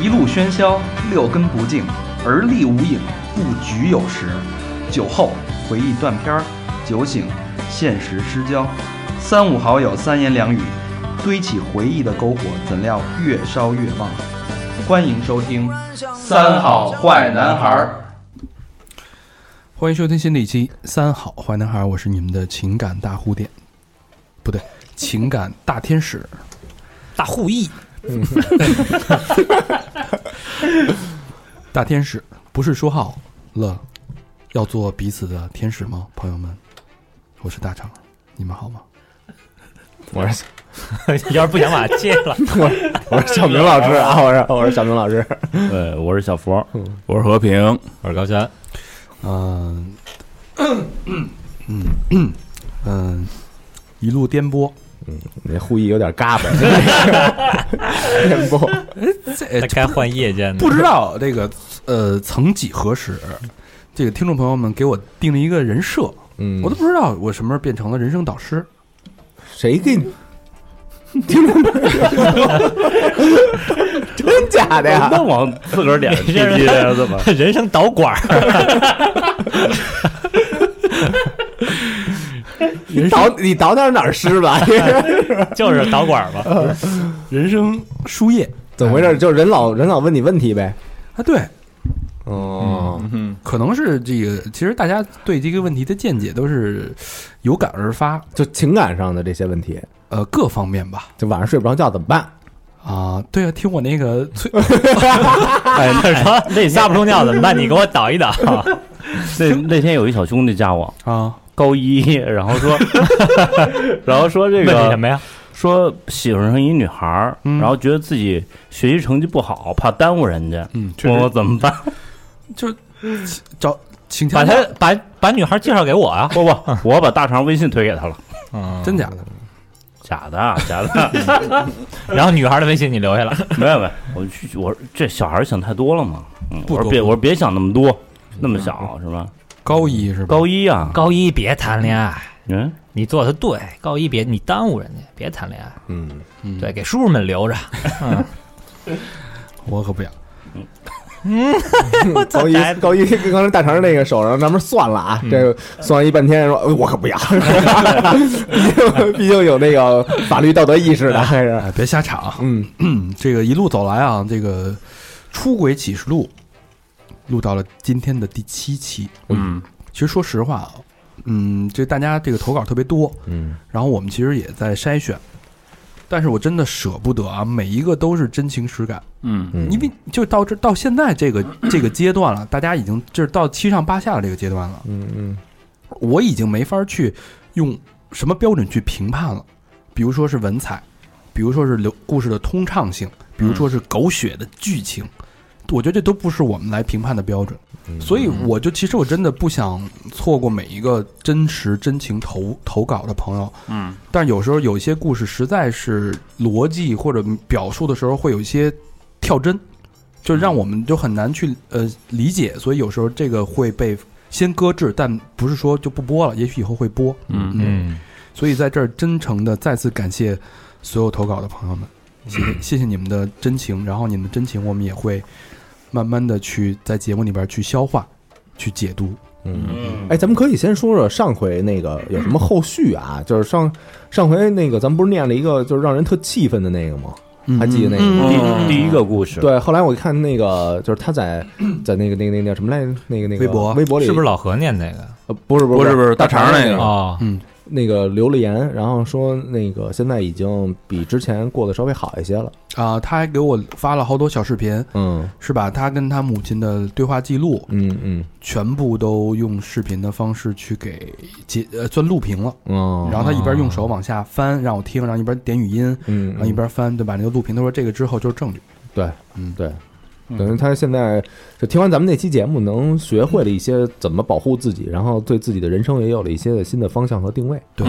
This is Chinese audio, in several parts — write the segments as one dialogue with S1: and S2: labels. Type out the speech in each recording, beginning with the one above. S1: 一路喧嚣，六根不净，而立无影，不局有时。酒后回忆断片儿，酒醒现实失焦。三五好友三言两语，堆起回忆的篝火，怎料越烧越旺。欢迎收听《三好坏男孩儿
S2: 欢迎收听新的一期《三好坏男孩》，我是你们的情感大蝴蝶，不对，情感大天使。
S3: 大互译，
S2: 大天使不是说好了要做彼此的天使吗？朋友们，我是大肠，你们好吗？
S4: 我是
S3: 要是不想把它接 了，
S4: 我是小明老师啊， 我是我是小明老师，
S5: 对，
S3: 呃
S5: 我是小佛，
S4: 嗯
S5: 我是和平，我是高山。
S2: 嗯，嗯嗯，一路颠簸，
S4: 你这互译有点嘎 巴，天不，
S2: 这
S3: 它该换夜间的。
S2: 不知道这个呃，曾几何时，这个听众朋友们给我定了一个人设，
S4: 嗯，
S2: 我都不知道我什么时候变成了人生导师。
S4: 谁给你？ 真假的呀？
S5: 那往自个儿脸上踢踢 的怎么？
S3: 人生导管儿，
S4: 你倒你倒点哪儿湿 吧？你是
S3: 就是导管儿 嘛。
S2: 人生输液
S4: 怎么回事？就是人老人老问你问题呗。
S2: 啊，对，
S4: 哦，
S5: 嗯，
S2: 可能是这个，其实大家对这个问题的见解都是有感而发，
S4: 就情感上的这些问题，
S2: 呃，各方面吧。
S4: 就晚上睡不着觉怎么办？
S2: 啊，对啊，听我那个催，
S5: 哎，那
S3: 说那撒不出尿怎么办？你给我导一导。
S5: 那那天有一小兄弟加我
S2: 啊，
S5: 高一， 然后说，然后说这
S3: 问你什
S5: 个
S3: 么呀？
S5: 说喜欢上一女孩儿，
S2: 嗯
S5: 然后觉得自己学习成绩不好，怕耽误人家，
S2: 嗯，确
S5: 问我
S2: 实
S5: 怎么办？
S2: 就找请
S3: 把
S2: 家
S3: 他把把女孩介绍给我啊！
S5: 不不，我把大肠微信推给他了，
S3: 嗯
S2: 真假的，
S5: 假的啊假的，
S3: 然后女孩的微信你留下了，
S5: 没有没有，我去我这小孩儿想太多了嘛，嗯，
S2: 不
S5: 我说
S2: 多
S5: 别
S2: 不
S5: 我说别想那么多，那么小是吧？
S2: 高一是吧？
S5: 高一啊，
S3: 高一别谈恋爱，
S5: 嗯，
S3: 你做的对。高一别你耽误人家，别谈恋爱。
S4: 嗯，
S2: 嗯
S3: 对，，给叔叔们留着。
S2: 我可不想。
S4: 高一高一跟刚才大肠那个手上那边算了啊，这个算一半天说，哎我可不 要，毕竟毕竟有那个法律道德意识的，还 是
S2: 哎，别瞎吵。
S4: 嗯
S2: 嗯，这个一路走来啊，这个出轨启示录录到了今天的第七期。
S5: 嗯，
S2: 其实说实话啊，嗯，这大家这个投稿特别多，
S4: 嗯
S2: 然后我们其实也在筛选，但是我真的舍不得啊，每一个都是真情实感，
S5: 嗯
S4: 嗯
S2: 因为就到这到现在这个这个阶段了，大家已经就是到七上八下的这个阶段了，
S4: 嗯嗯
S2: 我已经没法去用什么标准去评判了，比如说是文采，比如说是流故事的通畅性，比如说是狗血的剧情。我觉得这都不是我们来评判的标准，
S4: 嗯
S2: 所以我就其实我真的不想错过每一个真实真情投投稿的朋友，
S5: 嗯
S2: 但有时候有一些故事实在是逻辑或者表述的时候会有一些跳帧，就让我们就很难去呃理解，所以有时候这个会被先搁置，但不是说就不播了，也许以后会播。
S5: 嗯
S3: 嗯，
S2: 所以在这儿真诚的再次感谢所有投稿的朋友们，谢
S4: 嗯
S2: 谢谢谢你们的真情，然后你们的真情我们也会慢慢的去在节目里边去消化、去解读。
S4: 嗯，
S5: 嗯
S4: 哎，咱们可以先说说上回那个有什么后续啊？就是上上回那个咱们不是念了一个就是让人特气愤的那个吗？嗯还记
S2: 嗯
S4: 得那个吗？
S5: 第第一个故事，
S4: 对，后来我看那个就是他在在那个那个那个那叫什么来着？那个那个
S2: 微博
S4: 微博里啊
S3: 是不是老何念那个？
S4: 呃不是不
S5: 不
S4: 是
S5: 是不是
S4: 大
S5: 大
S4: 肠
S5: 肠那
S4: 那
S5: 个
S3: 哦，
S4: 那个留了言，然后说那个现在已经比之前过得稍微好一些了。
S2: 啊、他还给我发了好多小视频，
S4: 嗯
S2: 是把他跟他母亲的对话记录
S4: 嗯嗯
S2: 全部都用视频的方式去给截呃算录屏了，
S4: 嗯，
S2: 然后他一边用手往下翻让我听，然后一边点语音，
S4: 嗯
S2: 然后一边翻对吧？那个录屏，他说这个之后就是证据。
S4: 对，
S2: 嗯
S4: 对，等于他现在就听完咱们那期节目，能学会了一些怎么保护自己，然后对自己的人生也有了一些的新的方向和定位。
S2: 对，
S5: 嗯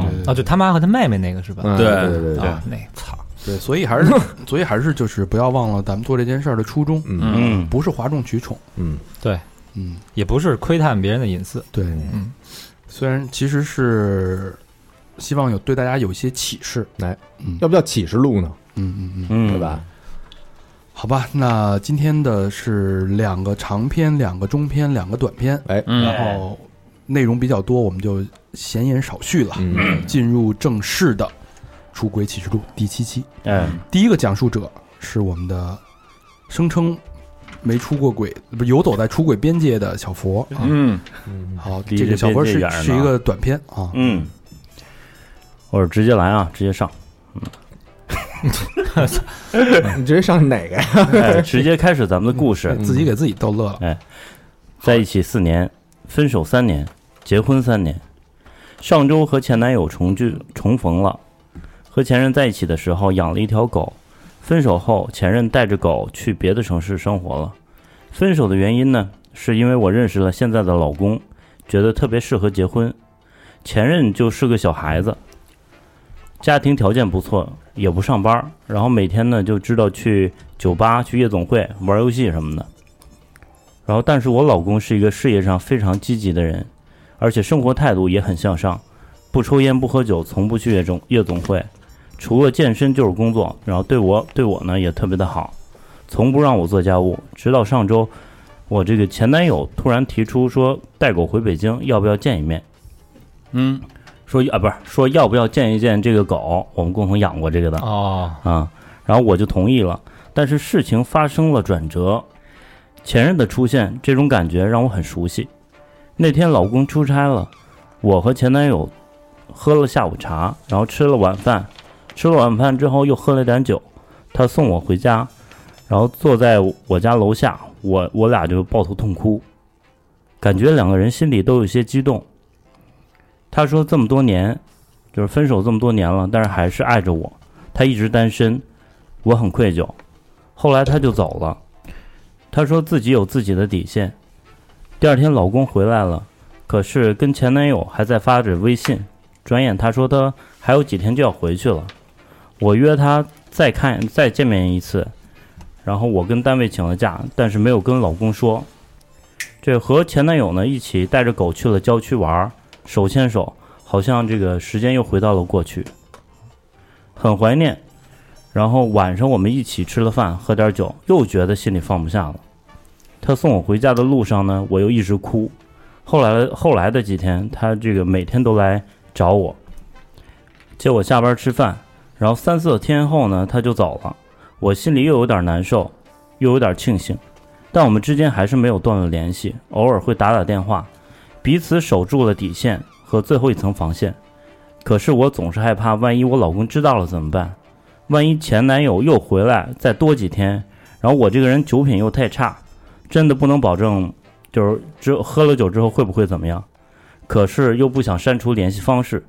S2: 对对
S3: 哦，就他妈和他妹妹那个是吧？
S4: 嗯，
S5: 对
S4: 对对对，
S3: 啊，那个操，
S2: 对，所以还是所以还是就是不要忘了咱们做这件事儿的初衷，
S4: 嗯
S5: 嗯
S2: 不是哗众取宠。
S4: 嗯
S3: 对，
S2: 嗯，
S3: 也不是窥探别人的隐私。
S2: 对，
S3: 嗯，
S2: 虽然其实是希望有对大家有一些启示。
S4: 来
S2: 嗯，
S4: 要不叫启示录呢？
S2: 嗯嗯嗯，
S5: 嗯，
S4: 对？吧？
S2: 好吧，那今天的是两个长篇、两个中篇、两个短篇，
S5: 嗯
S2: 然后内容比较多，我们就闲言少叙了，
S4: 嗯
S2: 进入正式的《出轨启示录》第七期。
S5: 哎，
S2: 第一个讲述者是我们的声称没出过轨，不是游走在出轨边界的小佛啊。
S5: 嗯
S4: 嗯
S2: 好，
S5: 离
S2: 这个
S5: 这
S2: 小佛
S5: 边界
S2: 是
S5: 远着呢
S2: 是一个短片啊，
S5: 嗯，我说直接来啊，直接上，
S4: 你直接上哪个呀？
S5: 哎直接开始咱们的故事。
S2: 自己给自己逗乐了。
S5: 在一起四年，分手三年，结婚三年。上周和前男友重聚重逢了，和前任在一起的时候养了一条狗，分手后前任带着狗去别的城市生活了。分手的原因呢，是因为我认识了现在的老公，觉得特别适合结婚。前任就是个小孩子，家庭条件不错，也不上班，然后每天呢就知道去酒吧、去夜总会玩游戏什么的。然后，但是我老公是一个事业上非常积极的人，而且生活态度也很向上，不抽烟不喝酒，从不去夜总夜总会，除了健身就是工作。然后对我对我呢也特别的好，从不让我做家务。直到上周，我这个前男友突然提出说带狗回北京，要不要见一面？
S6: 嗯，
S5: 说啊不是说要不要见一见这个狗，我们共同养过这个的。
S3: 哦，
S5: 啊，然后我就同意了。但是事情发生了转折，前任的出现，这种感觉让我很熟悉。那天老公出差了，我和前男友喝了下午茶，然后吃了晚饭，吃了晚饭之后又喝了点酒，他送我回家，然后坐在我家楼下，我我俩就抱头痛哭，感觉两个人心里都有些激动。他说这么多年，就是分手这么多年了，但是还是爱着我，他一直单身，我很愧疚。后来他就走了，他说自己有自己的底线。第二天老公回来了，可是跟前男友还在发着微信。转眼他说他还有几天就要回去了，我约他再看再见面一次，然后我跟单位请了假，但是没有跟老公说。这和前男友呢一起带着狗去了郊区玩儿，手牵手，好像这个时间又回到了过去。很怀念。然后晚上我们一起吃了饭，喝点酒，又觉得心里放不下了。他送我回家的路上呢，我又一直哭。后来后来的几天，他这个每天都来找我，接我下班吃饭，然后三四天后呢，他就走了。我心里又有点难受，又有点庆幸，但我们之间还是没有断了联系，偶尔会打打电话，彼此守住了底线和最后一层防线。可是我总是害怕，万一我老公知道了怎么办？万一前男友又回来再多几天，然后我这个人酒品又太差，真的不能保证，就是之喝了酒之后会不会怎么样？可是又不想删除联系方式。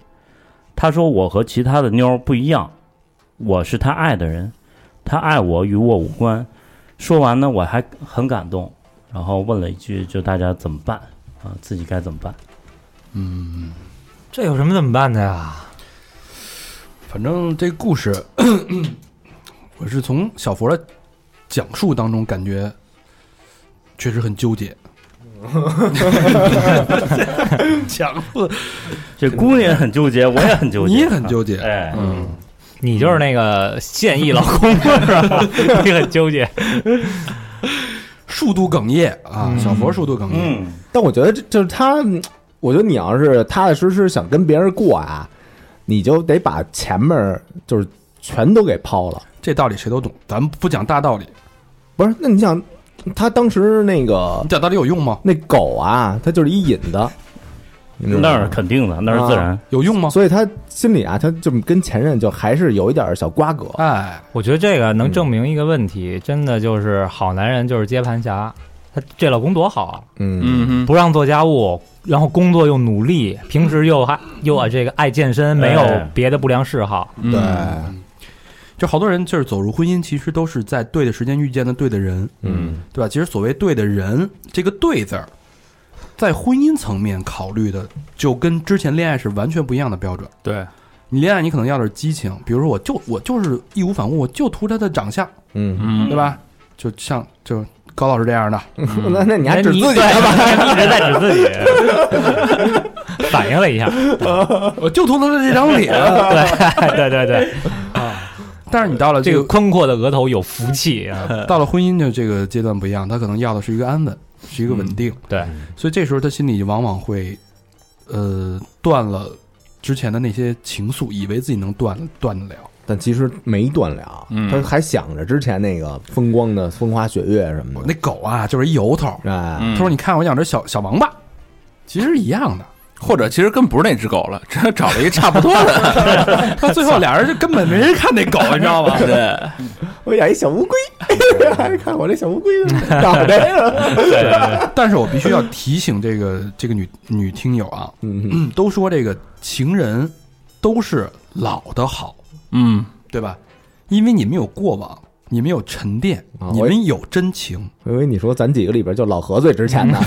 S5: 他说我和其他的妞儿不一样，我是他爱的人，他爱我与我无关。说完呢，我还很感动，然后问了一句，就大家怎么办啊？自己该怎么办？
S3: 这有什么怎么办的呀？
S2: 反正这故事， 我是从小佛的讲述当中感觉确实很纠结。
S1: 强迫
S5: 这姑娘很纠结，我也很纠结，
S2: 你也很纠结，
S5: 哎，
S2: 嗯，
S3: 你就是那个现役老 公是吧？你很纠结，
S2: 数度哽咽啊，小佛数度哽咽，
S5: 嗯，
S4: 但我觉得这就是他，嗯我觉得你要是踏踏实实想跟别人过啊，你就得把前面儿就是全都给抛了。
S2: 这道理谁都懂，咱们不讲大道理，
S4: 不是，那你想，他当时那个
S2: 你讲道理有用吗？
S4: 那狗啊，它就是一引子，你知道吗
S5: 那是肯定的，那是自然。
S2: 有用吗？
S4: 所以他心里啊，他就跟前任就还是有一点小瓜葛。
S2: 哎，
S3: 我觉得这个能证明一个问
S4: 嗯
S3: 题，真的就是好男人就是接盘侠。他这老公多好啊，
S4: 嗯
S6: 嗯哼，
S3: 不让做家务，然后工作又努力，平时又还
S4: 嗯
S3: 又啊这个爱健身，没有
S5: 哎
S3: 别的不良嗜好。
S6: 嗯
S4: 对，
S2: 就好多人就是走入婚姻，其实都是在对的时间遇见的对的人，
S4: 嗯，
S2: 对吧？其实所谓对的人，这个“对”字儿，在婚姻层面考虑的，就跟之前恋爱是完全不一样的标准。
S6: 对，
S2: 你恋爱，你可能要点激情，比如说我就我就是义无反顾，我就图他的长相，
S4: 嗯，
S6: 嗯，
S2: 对吧？就像就高老师这样的，
S4: 那那你还指自己
S3: 对
S4: 呢吧？
S3: 哎你一 直在指自己，反 应了一下。
S2: 我就图他的这张脸。
S3: 对对对对，
S2: 但是你到了
S3: 这
S2: 这
S3: 个
S2: 个
S3: 宽阔的额头有福气啊！
S2: 到了婚姻的这个阶段不一样，他可能要的是一个安稳，是一个
S6: 嗯
S2: 稳定。
S3: 对，
S2: 所以这时候他心里往往会，呃，断了之前的那些情愫，以为自己能断断得了。
S4: 但其实没断了，
S6: 嗯
S4: 他还想着之前那个风光的风花雪月什
S2: 我
S4: 么的
S2: 那。狗啊，就是一由头。
S4: 哎，
S6: 嗯
S2: 他说：“你看，我养只小小王八，其实是一样的。
S6: 或者其实根本不是那只狗了，这找了一个差不多的。
S2: 到最后俩人就根本没人看那狗，你知道吗？
S6: 对，
S4: 我养一小乌龟， 看我这小乌龟长这样。
S2: 但是我必须要提醒这个这个女女听友啊，
S4: 嗯，
S2: 都说这个情人都是老的好，
S6: 嗯，
S2: 对吧？因为你们有过往，你们有沉淀，
S4: 啊
S2: 你
S4: 我也
S2: 们有真情。
S4: 我以为你说咱几个里边就老何最值钱呢。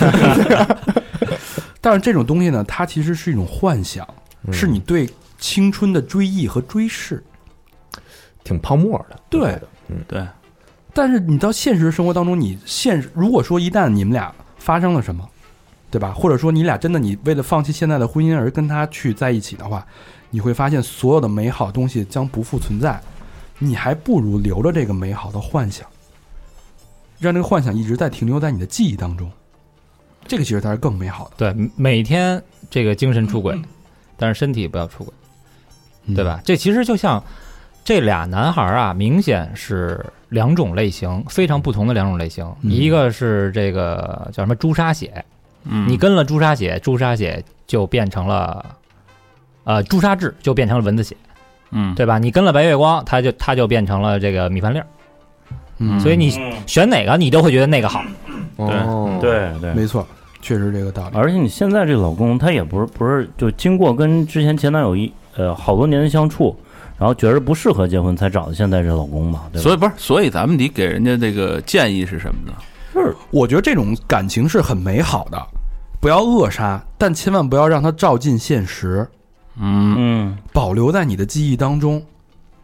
S2: 但是这种东西呢，它其实是一种幻想，
S4: 嗯
S2: 是你对青春的追忆和追视。
S4: 挺泡沫的。
S2: 对
S4: 我觉得
S3: 嗯
S6: 对，
S2: 但是你到现实生活当中，你现实如果说一旦你们俩发生了什么，对吧？或者说你俩真的你为了放弃现在的婚姻而跟他去在一起的话，你会发现所有的美好东西将不复存在，你还不如留着这个美好的幻想，让这个幻想一直在停留在你的记忆当中，这个其实才是更美好的，
S3: 对，每天这个精神出
S6: 嗯
S3: 轨，但是身体不要出轨，
S2: 嗯
S3: 对？吧？这其实就像这俩男孩啊，明显是两种类型，非常不同的两种类型。
S2: 嗯
S3: 一个是这个叫什么朱砂血，
S6: 嗯
S3: 你跟了朱砂血，朱砂血就变成了。呃，朱砂痣就变成了蚊子血，
S6: 嗯，
S3: 对吧？你跟了白月光，他就他就变成了这个米饭粒儿，
S2: 嗯，
S3: 所以你
S5: 嗯
S3: 选哪个，你都会觉得那个好。
S4: 哦，
S5: 对对，
S2: 没错，确实这个道理。
S5: 而且你现在这老公，他也不是不是就经过跟之前前男友一呃好多年的相处，然后觉着不适合结婚才找的现在这老公嘛，对吧？
S6: 所以不是，所以咱们得给人家这个建议是什么呢？
S2: 我觉得这种感情是很美好的，不要扼杀，但千万不要让它照进现实，
S6: 嗯
S5: 嗯，
S2: 保留在你的记忆当中。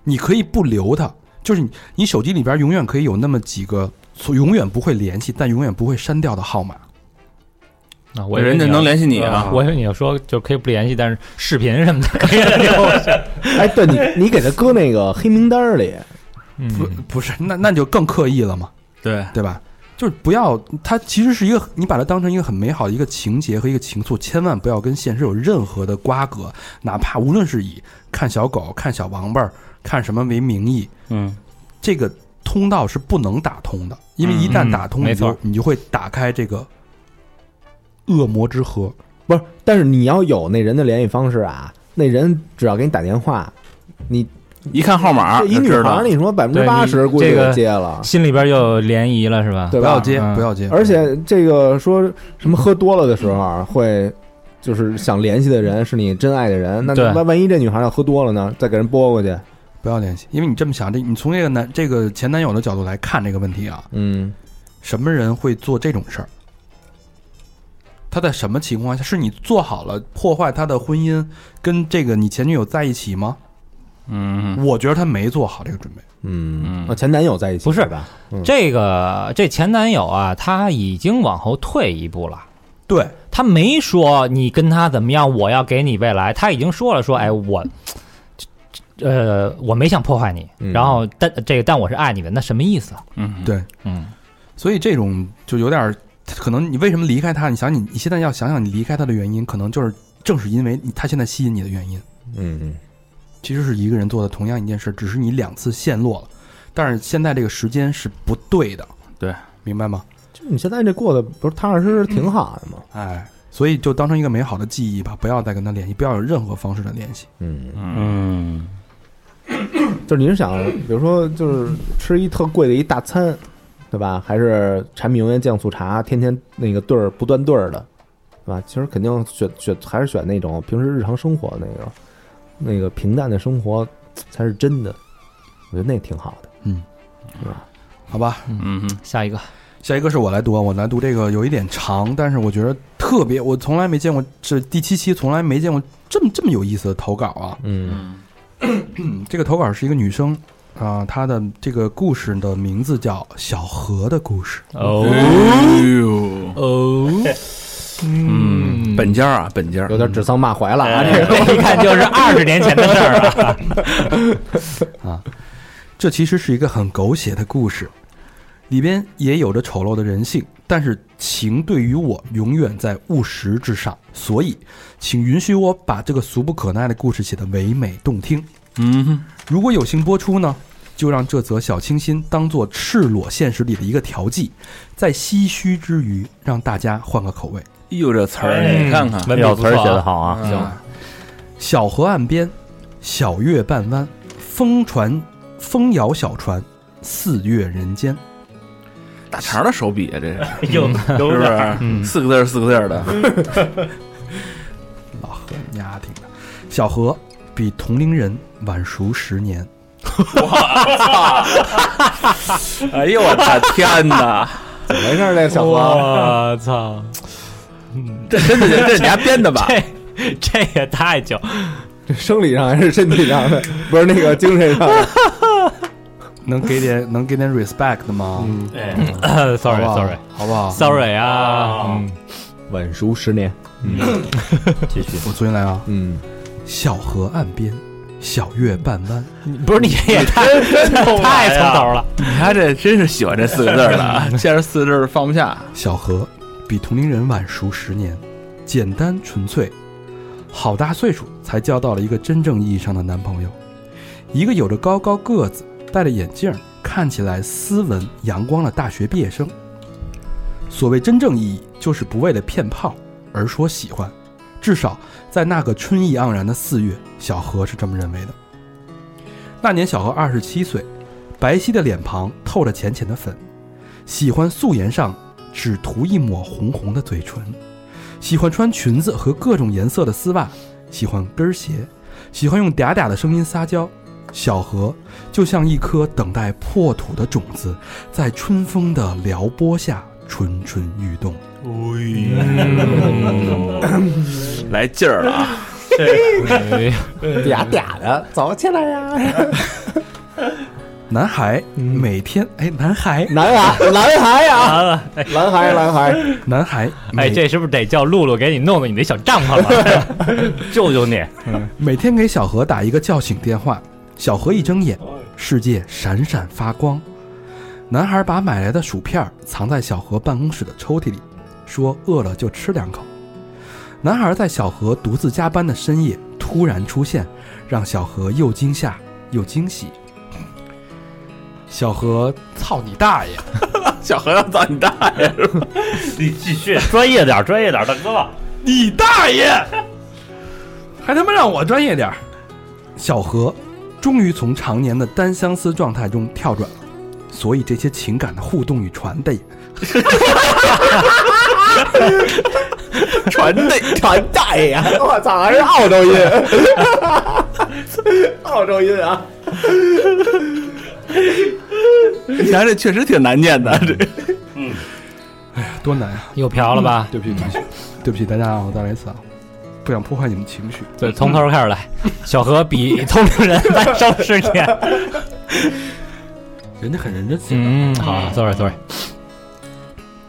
S2: 你可以不留它，就是你你手机里边永远可以有那么几个永远不会联系但永远不会删掉的号码。
S3: 啊，我以为
S6: 人家
S3: 你要
S6: 能联系你啊
S3: 啊，。我以为你要说就可以不联系，但是视频什么的可以留下。
S4: 哎，对你，你给他搁那个黑名单里，
S3: 嗯
S2: 不不是，那那就更刻意了嘛，
S6: 对，
S2: 对吧？就是不要它其实是一个你把它当成一个很美好的一个情节和一个情愫，千万不要跟现实有任何的瓜葛，哪怕无论是以看小狗、看小王八、看什么为名义，
S5: 嗯，
S2: 这个通道是不能打通的，因为一旦打通，
S3: 嗯嗯
S2: 你就
S3: 没错
S2: 你就会打开这个恶魔之河。
S4: 不是？但是你要有那人的联系方式啊，那人只要给你打电话，你
S6: 一看号码
S4: 这一
S6: 就
S4: 女
S6: 知
S4: 孩
S6: 道
S4: 儿，。你说百分之
S3: 对
S4: 八
S3: 你
S4: 十估计
S3: 这
S4: 就
S3: 个
S4: 接了，
S3: 心里边又有涟漪了是吧？
S4: 对
S2: 不要
S4: 吧？
S2: 接，
S3: 嗯
S2: 不要接。
S4: 而且这个说什么喝多了的时候啊会。就是想联系的人是你真爱的人，那
S3: 对
S4: 万万一这女孩要喝多了呢？再给人拨过去，
S2: 不要联系，因为你这么想，这你从这个男这个前男友的角度来看这个问题啊，
S4: 嗯，
S2: 什么人会做这种事儿？他在什么情况下？是你做好了破坏他的婚姻，跟这个你前女友在一起吗？
S6: 嗯，
S2: 我觉得他没做好这个准备。
S4: 嗯
S6: 嗯
S4: 啊，前男友在一起
S3: 不是
S4: 吧？
S3: 这个这前男友啊，他已经往后退一步了。
S2: 对，
S3: 他没说你跟他怎么样，我要给你未来。他已经说了说，哎，我，呃，我没想破坏你，
S4: 嗯
S3: 然后但这个但我是爱你的，那什么意思？
S6: 嗯，
S2: 对
S3: 嗯，
S2: 所以这种就有点儿，可能你为什么离开他？你想你你现在要想想你离开他的原因，可能就是正是因为你他现在吸引你的原因，
S4: 嗯嗯，
S2: 其实是一个人做的同样一件事，只是你两次陷落了，但是现在这个时间是不对的，
S6: 对，
S2: 明白吗？
S4: 就你现在这过得不是踏踏实实挺好的吗？
S2: 哎，所以就当成一个美好的记忆吧，不要再跟他联系，不要有任何方式的联系。
S4: 嗯，
S6: 哎
S5: 嗯，
S4: 就是你是想，比如说就是吃一特贵的一大餐，对吧？还是柴米油盐酱醋茶，天天那个对儿不断对儿的，对吧？其实肯定选选还是选那种平时日常生活那种，那个平淡的生活才是真的。我觉得那挺好的。
S2: 好吧，
S6: 嗯
S3: 下一个，
S2: 下一个是我来读啊，我来读这个有一点长，但是我觉得特别，我从来没见过这第七期从来没见过这么这么有意思的投稿啊。
S4: 嗯
S6: 嗯
S2: 这个投稿是一个女生啊、她的这个故事的名字叫《小河的故事》。
S3: 哦
S6: 哎呦，
S3: 哦，
S6: 嗯，本家啊，本家
S4: 有点指桑骂槐
S3: 哎
S4: 了啊！这个
S3: 啊这一看就是二十年前的事儿了。
S2: 这其实是一个很狗血的故事，里边也有着丑陋的人性，但是情对于我永远在务实之上，所以，请允许我把这个俗不可耐的故事写得唯美动听。
S6: 嗯哼，
S2: 如果有幸播出呢，就让这则小清新当做赤裸现实里的一个调剂，在唏嘘之余，让大家换个口味。
S6: 哟，这词儿
S3: 哎
S6: 你看 看，
S3: 文笔
S5: 小
S3: 不
S5: 词儿
S3: 错
S5: 写得
S3: 啊，
S5: 好啊，
S6: 行，
S2: 小河岸边，小月半弯，风船，风摇小船，四月人间。
S6: 大肠的手笔啊，这是
S3: 有
S6: 是
S3: 有
S6: 不
S3: 点儿
S6: 是？四个字儿四个字儿的，
S2: 老何，你丫挺的。小何比同龄人晚熟十年，
S6: 哎呦我的天哪！
S4: 怎么回事儿？这小何
S3: 我操，
S6: 这真的这是你家编的吧？
S3: 这这也太久，
S4: 生理上还是身体上的？不是那个精神上的。
S2: 能给点能给点 respect 吗？
S4: 嗯，
S5: 哎，
S2: 好不
S3: sorry
S2: 好
S3: sorry
S2: 好不 好？
S3: sorry 啊，嗯
S4: 晚熟十年。
S5: 继续。
S2: 我重新来啊。
S4: 嗯，
S2: 小河岸边，小月半弯，
S3: 你不是你这也太太从头了，
S6: 你家这真是喜欢这四个字儿的 啊，见着四个字儿放不下。
S2: 小河比同龄人晚熟十年，简单纯粹，好大岁数才交到了一个真正意义上的男朋友，一个有着高高个子、戴着眼镜儿、看起来斯文阳光的大学毕业生。所谓真正意义，就是不为了骗炮而说喜欢，至少在那个春意盎然的四月，小何是这么认为的。那年小何二十七岁，白皙的脸庞透着浅浅的粉，喜欢素颜上只涂一抹红红的嘴唇，喜欢穿裙子和各种颜色的丝袜，喜欢跟儿鞋，喜欢用嗲嗲的声音撒娇。小河就像一颗等待破土的种子，在春风的撩拨下蠢蠢欲动。
S6: 来劲儿了啊！
S4: 嗲嗲的，走起来呀！
S2: 男孩每天哎，男孩，
S4: 男孩，男 孩啊，男孩，
S2: 哎
S4: 男孩，
S2: 男孩，
S3: 哎，
S2: 每
S3: 这是不是得叫露露给你弄的你那小帐篷啊了？
S5: 救救你！
S2: 每天给小何打一个叫醒电话，小何一睁眼，世界闪闪发光。男孩把买来的薯片藏在小何办公室的抽屉里，说饿了就吃两口。男孩在小何独自加班的深夜突然出现，让小何又惊吓又惊喜。小何，操你大爷！
S6: 小何要造你大爷，
S5: 你继续，专业点儿，专业点儿，大哥。
S2: 你大爷！ 还他妈让我专业点儿。小何终于从常年的单相思状态中跳转了，所以这些情感的互动与传递，
S6: 传的
S4: 传大爷！我操，哎还是澳洲音，澳洲音啊！
S6: 你家这确实挺难念的，这
S2: 多难啊！
S3: 又嫖了吧？
S2: 对不起，对不起， 对不起大家啊，我再来一次啊！不想破坏你们情绪。
S3: 对，从头开始来。小何比同龄人晚生十年。
S2: 人家很认真写的。
S3: 嗯，好，sorry sorry。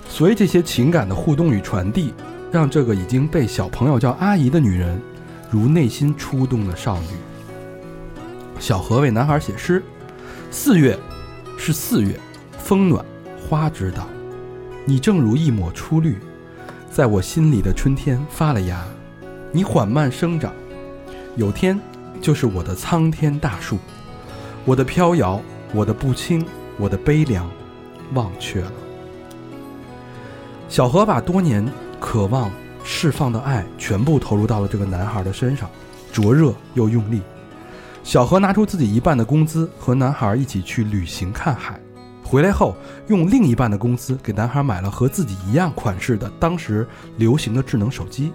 S2: 所以这些情感的互动与传递，让这个已经被小朋友叫阿姨的女人，如内心触动的少女。小何为男孩写诗：四月是四月，风暖花知道，你正如一抹初绿，在我心里的春天发了芽，你缓慢生长，有天就是我的苍天大树，我的飘摇，我的不清，我的悲凉，忘却了。小何把多年渴望释放的爱全部投入到了这个男孩的身上，灼热又用力。小何拿出自己一半的工资，和男孩一起去旅行看海。回来后，用另一半的工资给男孩买了和自己一样款式的当时流行的智能手机。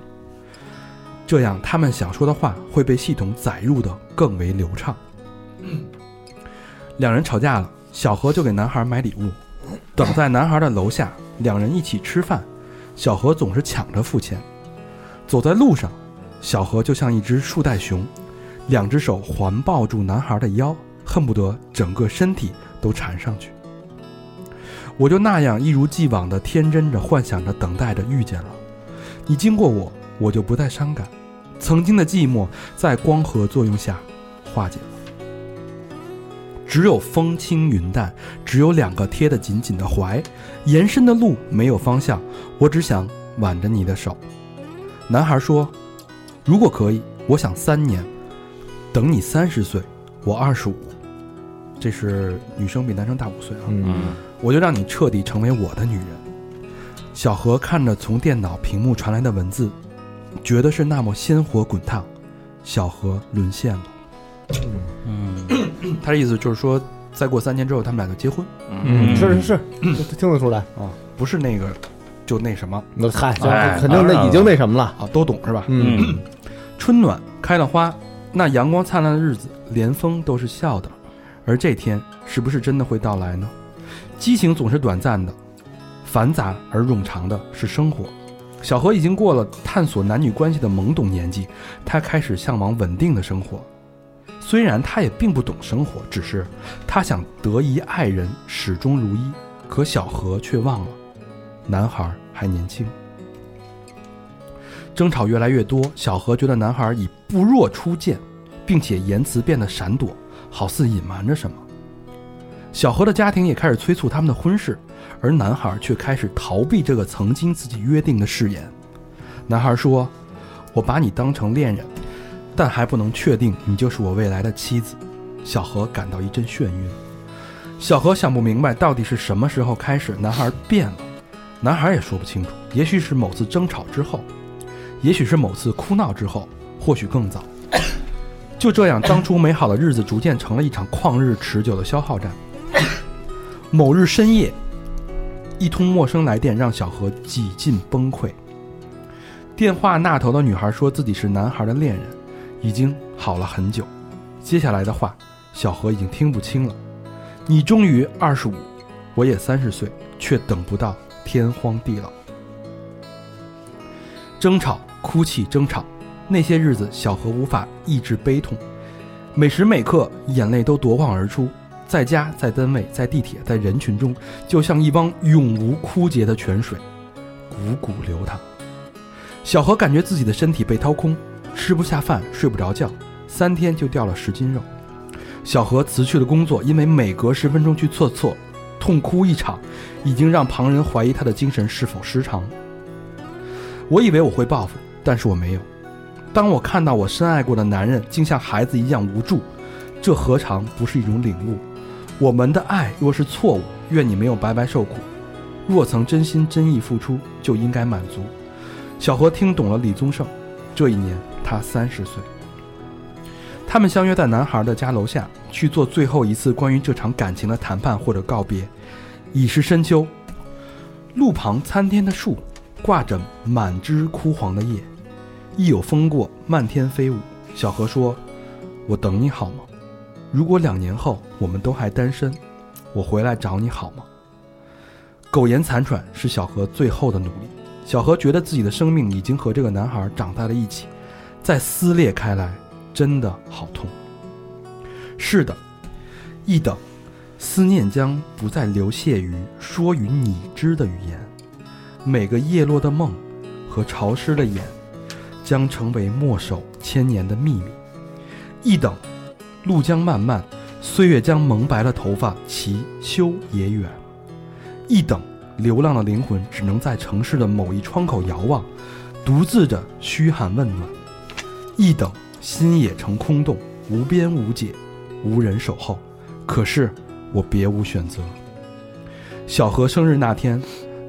S2: 这样，他们想说的话会被系统载入的更为流畅。两人吵架了，小何就给男孩买礼物，等在男孩的楼下，两人一起吃饭，小何总是抢着付钱。走在路上，小何就像一只树袋熊，两只手环抱住男孩的腰，恨不得整个身体都缠上去。我就那样一如既往的天真着、幻想着、等待着遇见了你，经过我，我就不再伤感。曾经的寂寞在光合作用下化解了。只有风轻云淡，只有两个贴得紧紧的怀，延伸的路没有方向，我只想挽着你的手。男孩说：“如果可以，我想三年，等你三十岁，我二十五。”这是女生比男生大五岁啊。
S4: 嗯，
S2: 我就让你彻底成为我的女人。小何看着从电脑屏幕传来的文字，觉得是那么鲜活滚烫。小何沦陷了，
S5: 嗯，
S2: 他的意思就是说，再过三年之后，他们俩就结婚，
S5: 嗯
S4: 是是是，听得出来。
S2: 不是那个就那什么
S4: 那嗨，就
S5: 哎
S4: 肯定那已经那什么了。
S2: 啊，都懂是吧？
S4: 嗯，
S5: 嗯，
S2: 春暖开了花，那阳光灿烂的日子，连风都是笑的。而这天是不是真的会到来呢？激情总是短暂的，繁杂而冗长的是生活。小何已经过了探索男女关系的懵懂年纪，他开始向往稳定的生活。虽然他也并不懂生活，只是他想得一爱人始终如一。可小何却忘了，男孩还年轻。争吵越来越多，小何觉得男孩已不若初见，并且言辞变得闪躲，好似隐瞒着什么。小何的家庭也开始催促他们的婚事，而男孩却开始逃避这个曾经自己约定的誓言。男孩说：“我把你当成恋人，但还不能确定你就是我未来的妻子。”小何感到一阵眩晕。小何想不明白到底是什么时候开始男孩变了，男孩也说不清楚，也许是某次争吵之后，也许是某次哭闹之后，或许更早。就这样，当初美好的日子逐渐成了一场旷日持久的消耗战。某日深夜，一通陌生来电让小何几近崩溃。电话那头的女孩说自己是男孩的恋人，已经好了很久。接下来的话，小何已经听不清了。你终于二十五，我也三十岁，却等不到天荒地老。争吵、哭泣、争吵，那些日子，小何无法抑制悲痛，每时每刻眼泪都夺眶而出。在家、在单位、在地铁、在人群中，就像一汪永无枯竭的泉水，汩汩流淌。小何感觉自己的身体被掏空，吃不下饭，睡不着觉，三天就掉了十斤肉。小何辞去了工作，因为每隔十分钟去厕所痛哭一场，已经让旁人怀疑他的精神是否失常。我以为我会报复，但是我没有。当我看到我深爱过的男人竟像孩子一样无助，这何尝不是一种领悟？我们的爱若是错误，愿你没有白白受苦。若曾真心真意付出，就应该满足。小何听懂了李宗盛。这一年，他三十岁。他们相约在男孩的家楼下去做最后一次关于这场感情的谈判或者告别。已是深秋，路旁参天的树挂着满枝枯黄的叶，一有风过，漫天飞舞。小何说：“我等你好吗？如果两年后我们都还单身，我回来找你好吗？”苟延残喘是小何最后的努力。小何觉得自己的生命已经和这个男孩长在了一起，再撕裂开来，真的好痛。是的，一等，思念将不再流泻于说与你知的语言，每个叶落的梦和潮湿的眼，将成为墨守千年的秘密。一等，路将漫漫，岁月将蒙白了头发，其修也远。一等，流浪的灵魂只能在城市的某一窗口遥望，独自着嘘寒问暖。一等，心也成空洞，无边无解，无人守候。可是我别无选择。小何生日那天，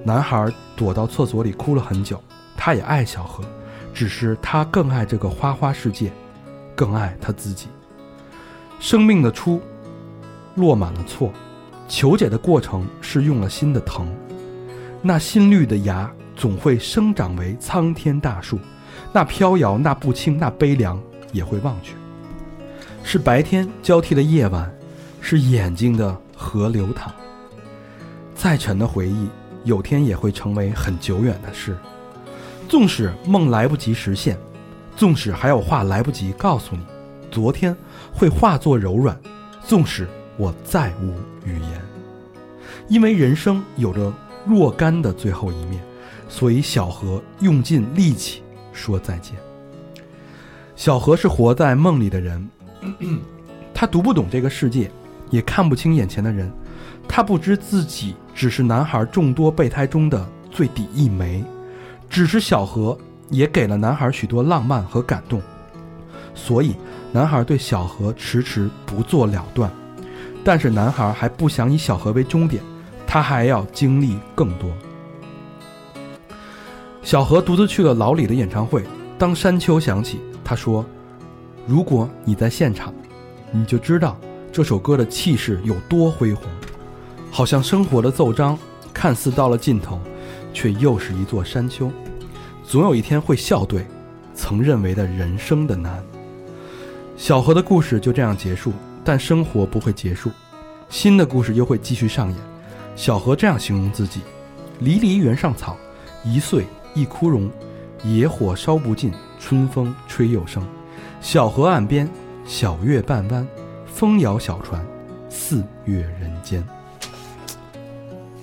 S2: 男孩躲到厕所里哭了很久。他也爱小何，只是他更爱这个花花世界，更爱他自己。生命的出，落满了错，求解的过程是用了心的疼。那新绿的芽总会生长为苍天大树，那飘摇，那不清，那悲凉也会忘却。是白天交替的夜晚，是眼睛的河流淌。再沉的回忆，有天也会成为很久远的事。纵使梦来不及实现，纵使还有话来不及告诉你，昨天会化作柔软，纵使我再无语言。因为人生有着若干的最后一面，所以小何用尽力气说再见。小何是活在梦里的人，他读不懂这个世界，也看不清眼前的人。他不知自己只是男孩众多备胎中的最底一枚，只是小何也给了男孩许多浪漫和感动，所以男孩对小何迟迟不做了断。但是男孩还不想以小何为终点，他还要经历更多。小何独自去了老李的演唱会。当山丘响起，他说：“如果你在现场，你就知道这首歌的气势有多恢宏。”好像生活的奏章，看似到了尽头，却又是一座山丘。总有一天会笑对曾认为的人生的难。小何的故事就这样结束，但生活不会结束，新的故事又会继续上演。小何这样形容自己：“离离原上草，一岁一枯荣。野火烧不尽，春风吹又生。小河岸边，小月半弯，风摇小船，四月人间。”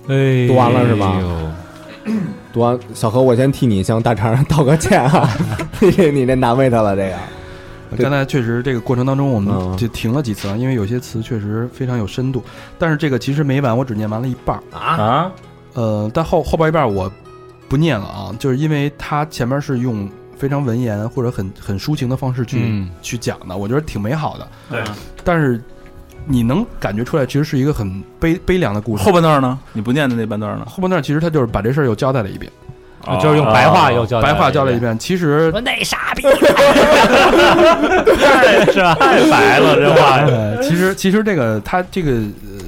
S2: 哎，
S4: 读完了是吧？读完，小何，我先替你向大肠道个歉 啊！你这你这难为他了，这个对
S2: 刚才确实这个过程当中，我
S4: 嗯
S2: 们就停了几次啊，因为有些词确实非常有深度。但是这个其实每晚我只念完了一半儿，
S5: 啊，
S2: 呃，但后后边一半儿我不念了啊，就是因为它前面是用非常文言或者很很抒情的方式去、
S6: 嗯
S2: 去讲的，我觉得挺美好的。啊
S5: 对，
S2: 但是你能感觉出来，其实是一个很悲悲凉的故事。
S6: 后半段呢？你不念的那半段呢？
S2: 后半段其实他就是把这事儿又交代了一遍，
S3: 啊就是用白话又教
S2: 白话交代
S3: 了
S2: 了一，遍。其实
S3: 哦说那傻逼，是吧？太白了，这话。
S2: 呃，其实其实这个他这个呃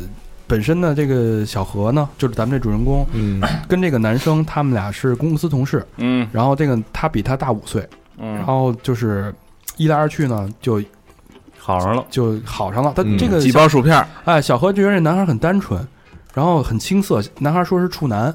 S2: 本身呢，这个小何呢，就是咱们这主人公
S4: 嗯，
S2: 跟这个男生，他们俩是公司同事，
S6: 嗯
S2: 然后这个他比他大五岁，然
S6: 嗯，
S2: 后就是一来二去呢，就
S5: 好上了，
S2: 就好上了。他
S4: 嗯
S2: 这个
S6: 几
S2: 小、
S6: 包薯片儿，
S2: 哎，小何就觉得这男孩很单纯，然后很青涩，男孩说是处男，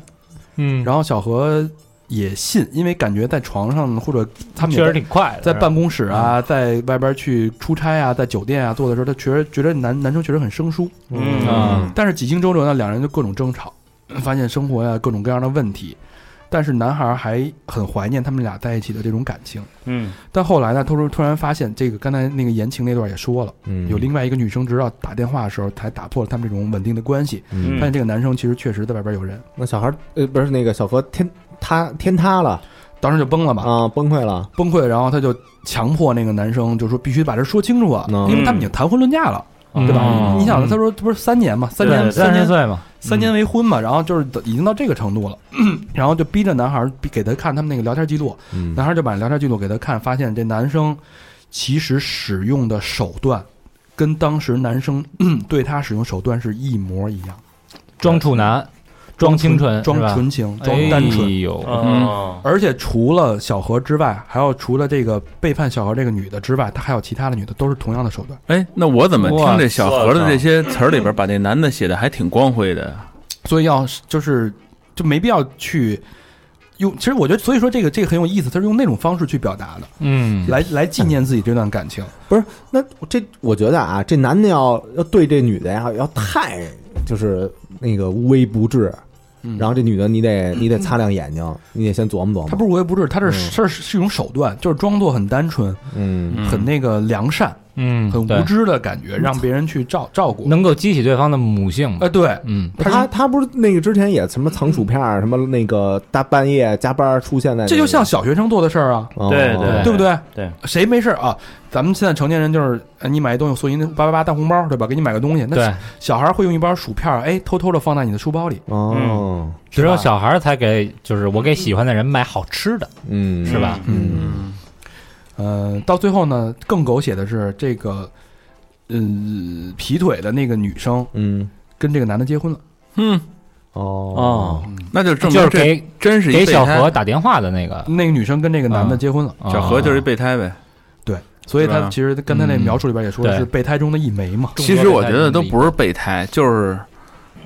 S3: 嗯，
S2: 然后小何也信，因为感觉在床上或者他们也
S3: 确实
S2: 在
S3: 挺嗯快的，
S2: 在办公室啊，在外边去出差啊，在酒店啊做的时候，他觉得觉得男男生确实很生疏。
S5: 嗯
S4: 啊，
S2: 但是几经周折呢，两人就各种争吵，发现生活呀、各种各样的问题。但是男孩还很怀念他们俩在一起的这种感情。
S5: 嗯，
S2: 但后来呢，突然突然发现，这个刚才那个言情那段也说了，
S4: 嗯
S2: 有另外一个女生直到打电话的时候才打破了他们这种稳定的关系，
S4: 嗯
S2: 发现这个男生其实确实在外边有人，
S4: 那小孩儿呃不是那个小何天塌天塌了
S2: 当时就崩了嘛，
S4: 啊，崩溃了，
S2: 崩溃，然后他就强迫那个男生就说必须把这说清楚啊，
S4: 嗯
S2: 因为他们已经谈婚论嫁了。
S3: 嗯
S2: 对吧？
S5: 嗯
S2: 你想，他说这不是三年嘛，三年
S5: 对
S2: 三
S3: 三十
S2: 年
S3: 岁嘛，
S2: 三年为婚嘛，然后就是已经到这个程度了，然后就逼着男孩儿逼给他看他们那个聊天记录，
S4: 嗯
S2: 男孩儿就把聊天记录给他看，发现这男生其实使用的手段跟当时男生 对他使用手段是一模一样，
S3: 装处男，装清纯，
S2: 装
S3: 是吧
S2: 纯情，装单
S3: 哎
S2: 纯。
S3: 呦，
S5: 哦，
S2: 而且除了小何之外，还有除了这个背叛小何这个女的之外，他还有其他的女的，都是同样的手段。
S6: 哎，那我怎么听这小
S5: 哇
S6: 何
S5: 我
S6: 的
S5: 操
S6: 这些词儿里边，把这男的写的还挺光辉的？
S2: 所以要是就是就没必要去用。其实我觉得，所以说这个这个很有意思，他是用那种方式去表达的，
S3: 嗯，
S2: 来来纪念自己这段感情。
S4: 那这我觉得啊，这男的要要对这女的呀，要太就是那个无微不至，
S2: 嗯
S4: 然后这女的你得你得擦亮眼睛，你得先琢磨琢磨。
S2: 他不是无微不至，他这
S4: 嗯
S2: 是这是是一种手段，就是装作很单纯、
S4: 嗯，
S6: 嗯
S2: 很那个良善、
S3: 嗯，
S2: 很
S3: 对嗯
S2: 无，知的感觉，让别人去照照顾。
S3: 能够激起对方的母性嘛
S2: 哎，，对，
S3: 嗯，
S2: 他
S4: 他他不是那个之前也什么藏薯片儿，什么那个大半夜加班出现在那个，
S2: 这就像小学生做的事儿啊，
S4: 哦
S5: 对对
S2: 对不对？
S5: 对，
S2: 谁没事儿啊？咱们现在成年人就是，哎你买一东西，所以那八八八当红包，对吧？给你买个东西，那
S3: 对，
S2: 小孩儿会用一包薯片儿，哎，偷偷的放在你的书包里，
S4: 哦，
S3: 只有
S2: 吧
S3: 小孩儿才给，就是我给喜欢的人买好吃的，
S4: 嗯，
S3: 是吧？
S4: 嗯，
S2: 呃，到最后呢，更狗血的是这个，呃，劈腿的那个女生
S4: 嗯，
S2: 跟这个男的结婚了。
S6: 嗯，
S4: 哦
S6: 那就证
S3: 就
S6: 明
S3: 是
S6: 这
S3: 给
S6: 真是一
S3: 给
S6: 备
S3: 小
S6: 胎
S3: 何打啊电话的那个，哦
S2: 那个女生跟这个男的结婚了，
S6: 小何就是一备胎呗。
S2: 对，所以
S6: 是吧
S2: 他其实刚才那描述里边也说
S3: 嗯
S2: 是备胎中的一枚嘛。
S3: 众
S6: 其
S3: 多
S6: 实我
S3: 备
S6: 觉
S3: 胎
S6: 得
S3: 中的
S6: 都
S3: 一
S6: 不是备胎，就是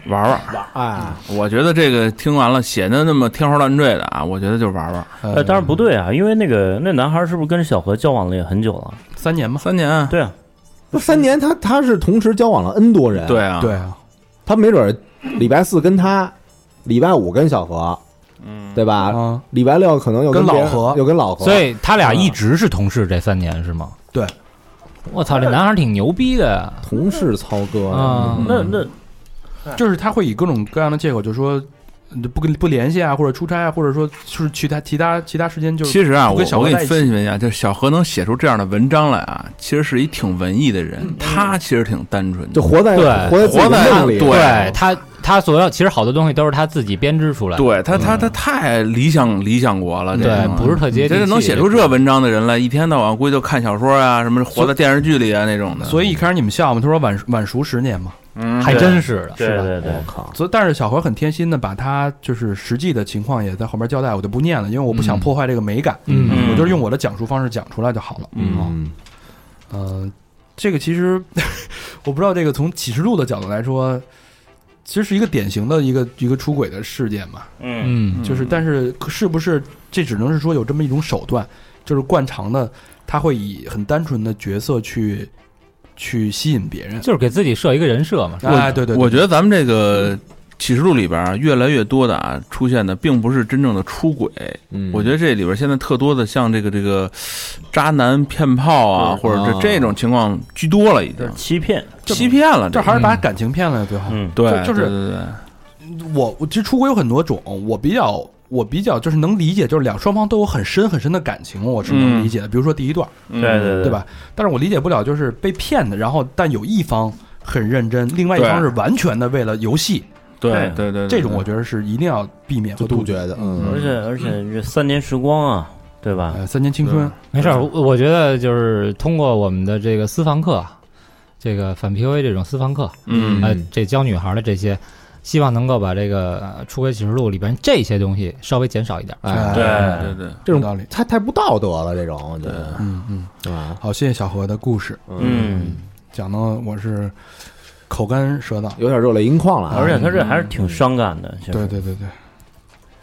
S6: 玩玩。
S4: 哎，
S6: 我觉得这个听完了写的那么天花乱坠的啊，我觉得就是玩玩。
S5: 呃，当然不
S2: 对，
S5: 对啊，因为那个那男孩是不是跟小何交往了也很久了？
S2: 三年嘛。
S6: 三年啊，
S5: 对啊，
S4: 那三年他他是同时交往了 N 多人，
S6: 对，啊，
S2: 对啊，
S4: 他没准儿礼拜四跟他，礼拜五跟小何，嗯，对吧？
S2: 啊，
S4: 礼拜六可能又
S2: 跟
S4: 别
S2: 老何
S4: 又跟老何，
S3: 所以他俩一直是同事这三年是吗？
S2: 对，
S3: 我操，这男孩儿挺牛逼的
S4: 同事操戈
S3: 啊
S4: 嗯！
S5: 那那
S2: 就是他会以各种各样的借口，就是说嗯不跟不联系啊，或者出差啊，或者说是其他其他其他时间就是
S6: 其实啊，
S2: 不
S6: 我
S2: 跟小
S6: 我
S2: 何
S6: 给
S2: 在
S6: 你
S2: 一起
S6: 分析分析啊，就是小何能写出这样的文章来啊，其实是一挺文艺的人，他其实挺单纯
S4: 就
S6: 的。
S4: 活在
S3: 对
S4: 嗯活在自己
S6: 活在
S4: 的梦里，
S6: 对
S3: 对他，他所有其实好多东西都是他自己编织出来的。
S6: 对他，他他太理想理想国了，这
S3: 对
S6: 种啊
S3: 不是特接地
S6: 这是能
S3: 气
S6: 写
S3: 这
S6: 出
S3: 种
S6: 这文章的人来，一天到晚估计就看小说啊，什么活在电视剧里啊那种的。
S2: 所以一开始你们笑嘛，他说晚晚熟十年嘛，
S6: 嗯，
S3: 还真是的，
S5: 对
S3: 是吧？
S5: 对对
S4: 我，靠，
S2: 所以但是小何很贴心的把他就是实际的情况也在后面交代，我就不念了，因为我不想
S6: 嗯
S2: 破坏这个美感，
S3: 嗯
S2: 我就是用我的讲述方式讲出来就好了。
S6: 嗯，
S4: 嗯，
S2: 嗯、这个其实 我不知道，这个从启示录的角度来说，其实是一个典型的一个一个出轨的事件嘛，
S5: 嗯，
S3: 嗯，
S2: 就是，但是可是不是这只能是说有这么一种手段，就是惯常的，他会以很单纯的角色去去吸引别人。
S3: 就是给自己设一个人设嘛。是吧
S2: 哎，对对，
S6: 啊我觉得咱们这个启示录里边啊越来越多的啊出现的，并不是真正的出轨，
S4: 嗯
S6: 我觉得这里边现在特多的像这个这个渣男骗炮啊，
S4: 对
S6: 或者
S4: 啊
S6: 这这种情况居多了，已经
S5: 就是欺骗，
S6: 欺骗了，
S2: 这还是把感情骗了最好。
S5: 嗯，
S6: 对，
S2: 就就是
S6: 对对对
S2: 我我其实出轨有很多种，我比较我比较就是能理解，就是两双方都有很深很深的感情，我是能理解的。比如说第一段，
S6: 嗯
S5: 对对
S2: 对？吧？但是我理解不了就是被骗的，然后但有一方很认真，另外一方
S6: 对
S2: 是完全的为了游戏，
S6: 对
S5: 对
S6: 对对，
S2: 这种我
S6: 觉
S2: 觉得是一定要避免和
S4: 就
S2: 杜
S4: 杜
S2: 绝。啊
S4: 绝的，嗯，
S5: 而且而且这三年时光啊，对吧？
S2: 呃，三年青春，
S3: 没事儿，我我觉得就是通过我们的这个私房课，啊这个反 PUA 这种私房课，
S6: 嗯
S3: 呃，这教女孩的这些，希望能够把这个呃《出轨启示录》里边这些东西稍微减少一点。
S2: 哎
S4: 哎，
S5: 对
S6: 对对，
S4: 这
S2: 有
S4: 种
S2: 道理。
S4: 太太不道德了，这种我觉得，
S2: 嗯嗯，
S4: 对吧？
S2: 好，谢谢小何的故事，
S5: 嗯，
S2: 讲的我是口干舌燥。
S4: 有点热泪盈眶了啊，
S2: 嗯
S5: 而且他这还是挺伤感的，其实
S2: 对，对对对，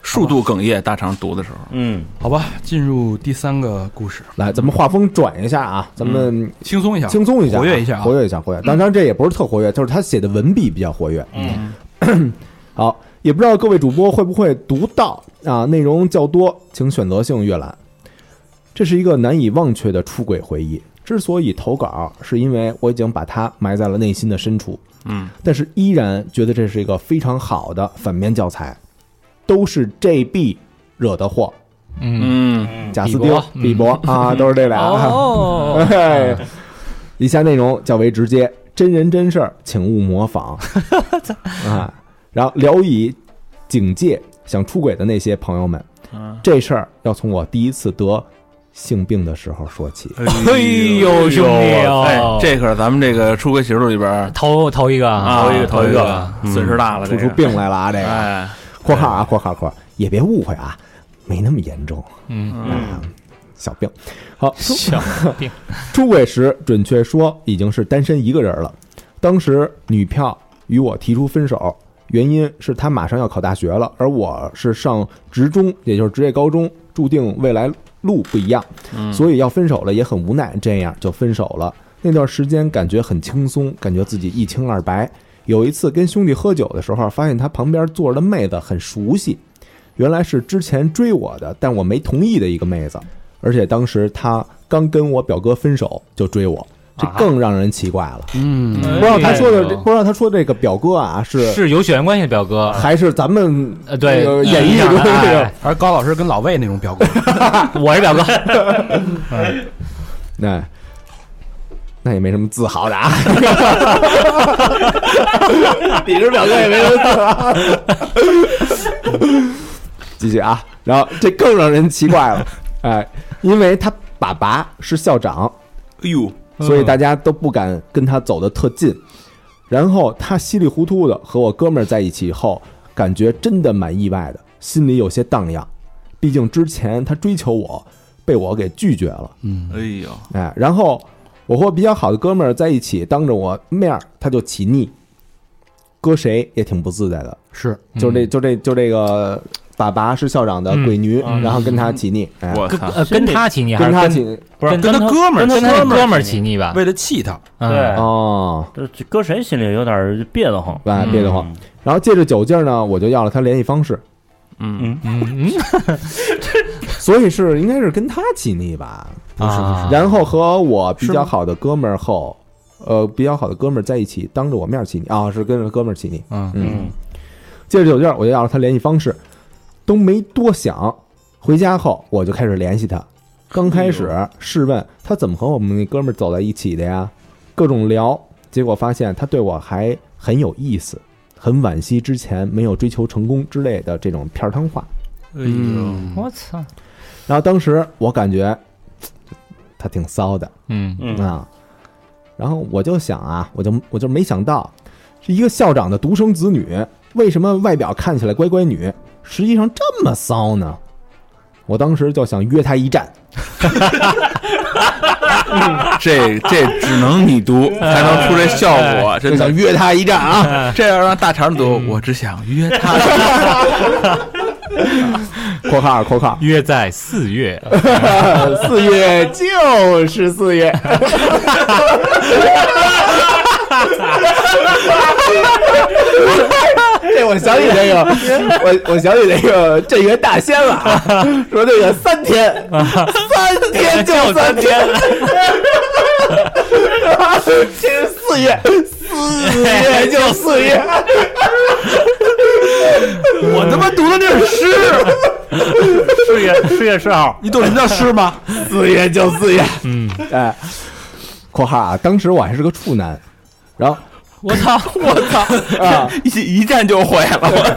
S6: 数度哽咽，大肠读的时候，
S5: 嗯，
S2: 好吧，进入第三个故事，
S4: 来，咱们画风转一下啊，咱们
S2: 轻松一下，
S4: 轻松一下啊，
S2: 嗯活跃一下啊
S4: 活跃一下，活跃。当然，这也不是特活跃，就是他写的文笔比较活跃。
S5: 嗯，
S4: 好，也不知道各位主播会不会读到啊，内容较多，请选择性阅览。这是一个难以忘却的出轨回忆。之所以投稿，是因为我已经把它埋在了内心的深处，
S6: 嗯
S4: 但是依然觉得这是一个非常好的反面教材。都是 JB 惹的祸，
S3: 嗯，
S6: 嗯
S4: 贾斯
S3: 比
S4: 汀
S3: 伯、嗯
S4: 比伯啊，都是这俩。
S3: 哦，
S4: 哎，以下内容较为直接，真人真事儿，请勿 模仿。啊，然后聊以警戒想出轨的那些朋友们，
S6: 嗯，
S4: 这事儿要从我第一次得性病的时候说起。
S3: 哎呦兄弟哦
S6: 哎，这可是咱们这个出轨启示录里边儿
S3: 头头一个
S6: 啊，头一个，
S5: 嗯
S6: 损失大了，
S4: 出
S6: 这
S4: 出
S6: 个，
S4: 病来了啊！这个
S6: 哎，
S4: （括号啊，括号括号）也别误会啊，没那么严重，
S3: 嗯，
S4: 啊，小病。好，出
S3: 小病，
S4: 出轨时，准确说已经是单身一个人了。当时女票与我提出分手，原因是她马上要考大学了，而我是上职中，也就是职业高中，注定未来路不一样，所以要分手了也很无奈，这样就分手了。那段时间感觉很轻松，感觉自己一清二白。有一次跟兄弟喝酒的时候，发现他旁边坐着的妹子很熟悉，原来是之前追我的，但我没同意的一个妹子，而且当时她刚跟我表哥分手就追我，这更让人奇怪了。
S2: 嗯，
S4: 不知道他说的
S3: 哎，呦
S4: 不知道他说这个表哥啊是
S3: 是有血缘关系的表哥，
S4: 还是咱们
S3: 呃，对，
S4: 这个演绎中的这
S3: 哎
S4: 个。
S2: 而高老师跟老魏那种表 哥，
S3: 我是表哥，
S4: 那哎那也没什么自豪的啊。
S6: 哎
S4: 你是表哥也没什么自豪。继续啊，然后这更让人奇怪了，哎，因为他爸爸是校长，
S6: 哎呦，
S4: 所以大家都不敢跟他走得特近。然后他稀里糊涂的和我哥们儿在一起以后，感觉真的蛮意外的，心里有些荡漾。毕竟之前他追求我，被我给拒绝了。
S6: 哎呦，
S4: 哎，然后我和比较好的哥们儿在一起，当着我面儿他就起腻，搁谁也挺不自在的。
S2: 是
S4: 就这就这就这个爸爸是校长的鬼女，然后跟他起腻，哎、
S6: 我
S3: 跟
S6: 操，
S3: 呃跟他起腻还
S4: 跟
S3: 是
S4: 他起腻
S5: 不是
S3: 跟
S5: 他
S2: 他哥们儿
S5: 跟
S3: 跟
S5: 他
S3: 他那
S5: 哥
S3: 哥们
S5: 们
S3: 儿起腻吧？
S2: 为了气他，
S3: 嗯
S5: 对
S4: 哦，
S5: 这这搁谁心里有点憋得慌，
S4: 哎，别得慌。然后借着酒劲儿呢，我就要了他联系方式。
S6: 嗯
S3: 嗯嗯，
S4: 所以是应该是跟他起腻吧，
S2: 不是不
S3: 啊
S2: 是，
S4: 然后和我比
S2: 是
S4: 较
S2: 吗
S4: 好的哥们儿后，呃，比较好的哥们儿在一起，当着我面儿起腻啊，是跟着哥们儿起腻。
S2: 嗯
S5: 嗯，
S4: 借着酒劲儿，我就要了他联系方式，都没多想。回家后我就开始联系他，刚开始试问他怎么和我们那哥们儿走在一起的呀，各种聊，结果发现他对我还很有意思，很惋惜之前没有追求成功之类的这种片儿汤话。
S2: 嗯，
S3: 我操，
S4: 然后当时我感觉嘖他挺骚的，
S2: 嗯
S5: 嗯
S4: 啊。然后我就想啊，我就我就没想到，是一个校长的独生子女，为什么外表看起来乖乖女，实际上这么骚呢？我当时就想约她一战，
S6: 这这只能你 读才能出这效果，
S4: 就
S6: 真
S4: 想
S6: 的。
S4: 约她一战啊！
S6: 这要让大肠读，我只想约 他。
S4: （括号括号
S3: 约在四月，）
S4: 四月就是四月，这哎我想起 这个，我我想起这个镇元大仙了啊，说这个三天，三天就三天，这是四月，四月就四月，
S2: 我他妈读的这是诗，
S5: 四月四月四号，
S2: 你懂什么叫诗吗？
S4: 四月就四月，嗯，哎，括号啊，当时我还是个处男，然后
S3: 我操，
S4: 啊，
S6: 一一战就毁了，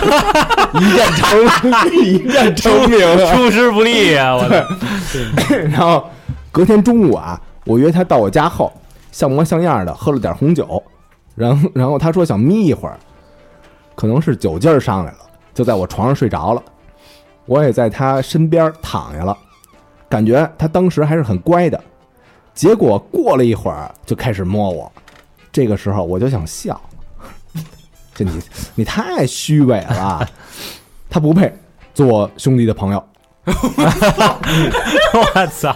S4: 一战成一战成名了。
S3: 出师不利啊！我操，
S4: 然后隔天中午啊，我约他到我家后，像模像样的喝了点红酒，然后然后他说想眯一会儿，可能是酒劲儿上来了，就在我床上睡着了，我也在他身边躺下了，感觉他当时还是很乖的，结果过了一会儿就开始摸我，这个时候我就想笑， 这你你太虚伪了，啊他不配做我兄弟的朋友。
S3: 我操，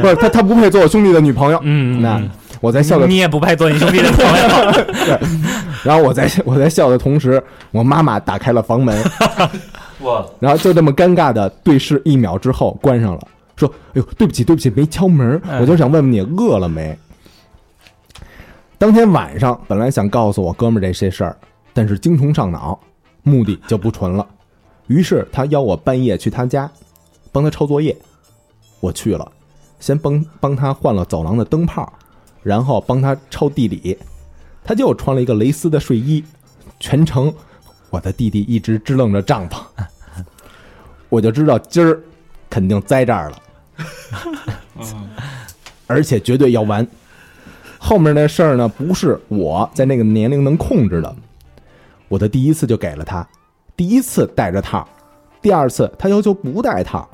S4: 不是他，他不配做我兄弟的女朋友。
S3: 嗯
S4: 那我在笑的
S3: 你，也不配做你兄弟的朋友，
S4: 然后我在我在笑的同时，我妈妈打开了房门，
S5: 我
S4: 然后就这么尴尬的对视一秒之后关上了，说：“哎呦，对不起，对不起，没敲门，我就是想问问你饿了没。”当天晚上本来想告诉我哥们儿这些事儿，但是精虫上脑，目的就不纯了。于是他邀我半夜去他家，帮他抄作业。我去了，先帮帮他换了走廊的灯泡，然后帮他抄地理。他就穿了一个蕾丝的睡衣，全程我的弟弟一直支棱着帐篷，我就知道今儿肯定栽这儿了，嗯而且绝对要完。后面那事儿呢，不是我在那个年龄能控制的。我的第一次就给了他，第一次带着套，第二次他要求不带套，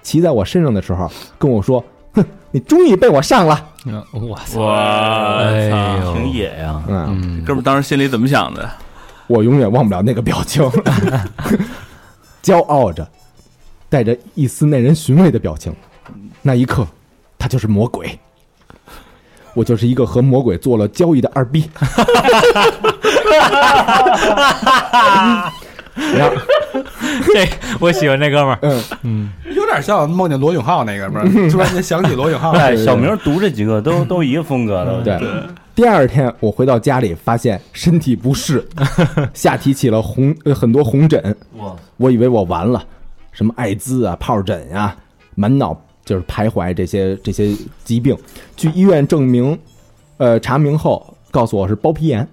S4: 骑在我身上的时候跟我说：“哼，你终于被我上了。
S3: 我操，
S6: 我
S3: 嗯哎
S6: 操！
S5: 挺
S3: 呦，
S5: 野呀”，
S4: 嗯，
S6: 哥们儿当时心里怎么想的？
S4: 我永远忘不了那个表情， 骄傲着，带着一丝耐人寻味的表情。那一刻，他就是魔鬼，我就是一个和魔鬼做了交易的二逼。然后，
S3: 这我喜欢这哥们儿，
S4: 嗯，
S2: 有点像梦见罗永浩那个，不是？突然间想起罗永浩，
S5: 哎，小明读这几个都都一个风格的，我觉得
S4: 对。第二天我回到家里，发现身体不适，下体起了红、呃、很多红疹，
S5: 我
S4: 我以为我完了，什么艾滋啊、疱疹啊，满脑就是徘徊这些这些疾病。去医院证明，呃，查明后告诉我是包皮炎。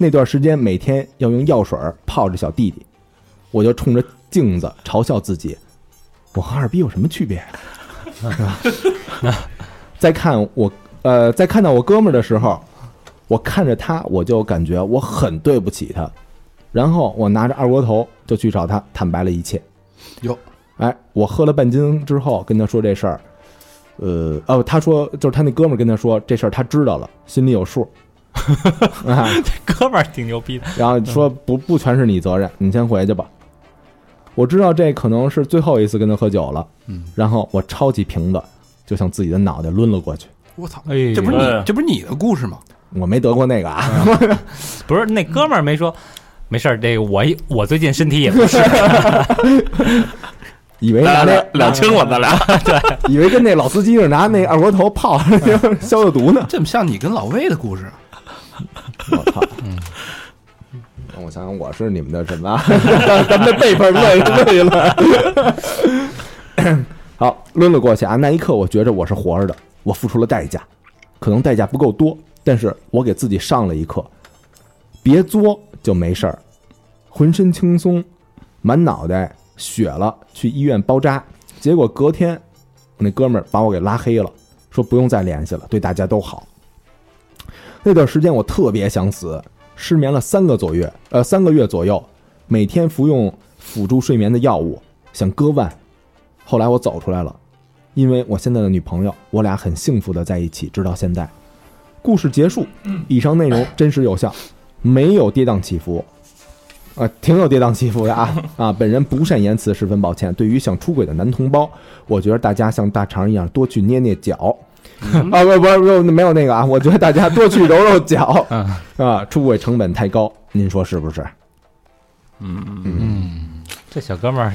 S4: 那段时间每天要用药水儿泡着小弟弟，我就冲着镜子嘲笑自己：我和二逼有什么区别、啊？再看我，呃，在看到我哥们儿的时候，我看着他，我就感觉我很对不起他。然后我拿着二锅头就去找他坦白了一切。
S2: 哟，
S4: 哎，我喝了半斤之后跟他说这事儿，呃，哦，他说就是他那哥们儿跟他说这事儿他知道了，心里有数。啊，
S3: 哥们儿挺牛逼的，
S4: 然后说不不全是你责任，你先回去吧。我知道这可能是最后一次跟他喝酒了，嗯，然后我抄起瓶子就向自己的脑袋抡了过去。
S2: 我操，
S3: 哎
S2: 这不是
S5: 哎
S2: 你，这不是你的故事吗？
S4: 我没得过那个啊，
S3: 不是那哥们 儿没说，没事儿，这个我我最近身体也不适，
S4: 以为拿
S6: 咱
S4: 那
S6: 俩两清了，咱俩
S4: 以为跟那老司机似的，拿那二锅头泡消消毒呢。
S2: 这么像你跟老魏的故事，
S4: 我操！让我想想，我是你们的什么？咱们的辈分问对了。好，抡了过去啊！那一刻，我觉着我是活着的，我付出了代价，可能代价不够多，但是我给自己上了一课，别作就没事儿，浑身轻松，满脑袋血了，去医院包扎，结果隔天，我那哥们儿把我给拉黑了，说不用再联系了，对大家都好。那段时间我特别想死，失眠了三个左右，呃，三个月左右，每天服用辅助睡眠的药物，想割腕。后来我走出来了，因为我现在的女朋友，我俩很幸福的在一起，直到现在。故事结束，以上内容真实有效，没有跌宕起伏，啊、挺有跌宕起伏的啊 啊！本人不善言辞，十分抱歉。对于想出轨的男同胞，我觉得大家像大肠一样多去捏捏脚，啊不不不没有那个啊，我觉得大家多去揉揉脚
S2: 嗯
S4: 啊，出轨成本太高，您说是不是？
S3: 这小哥们儿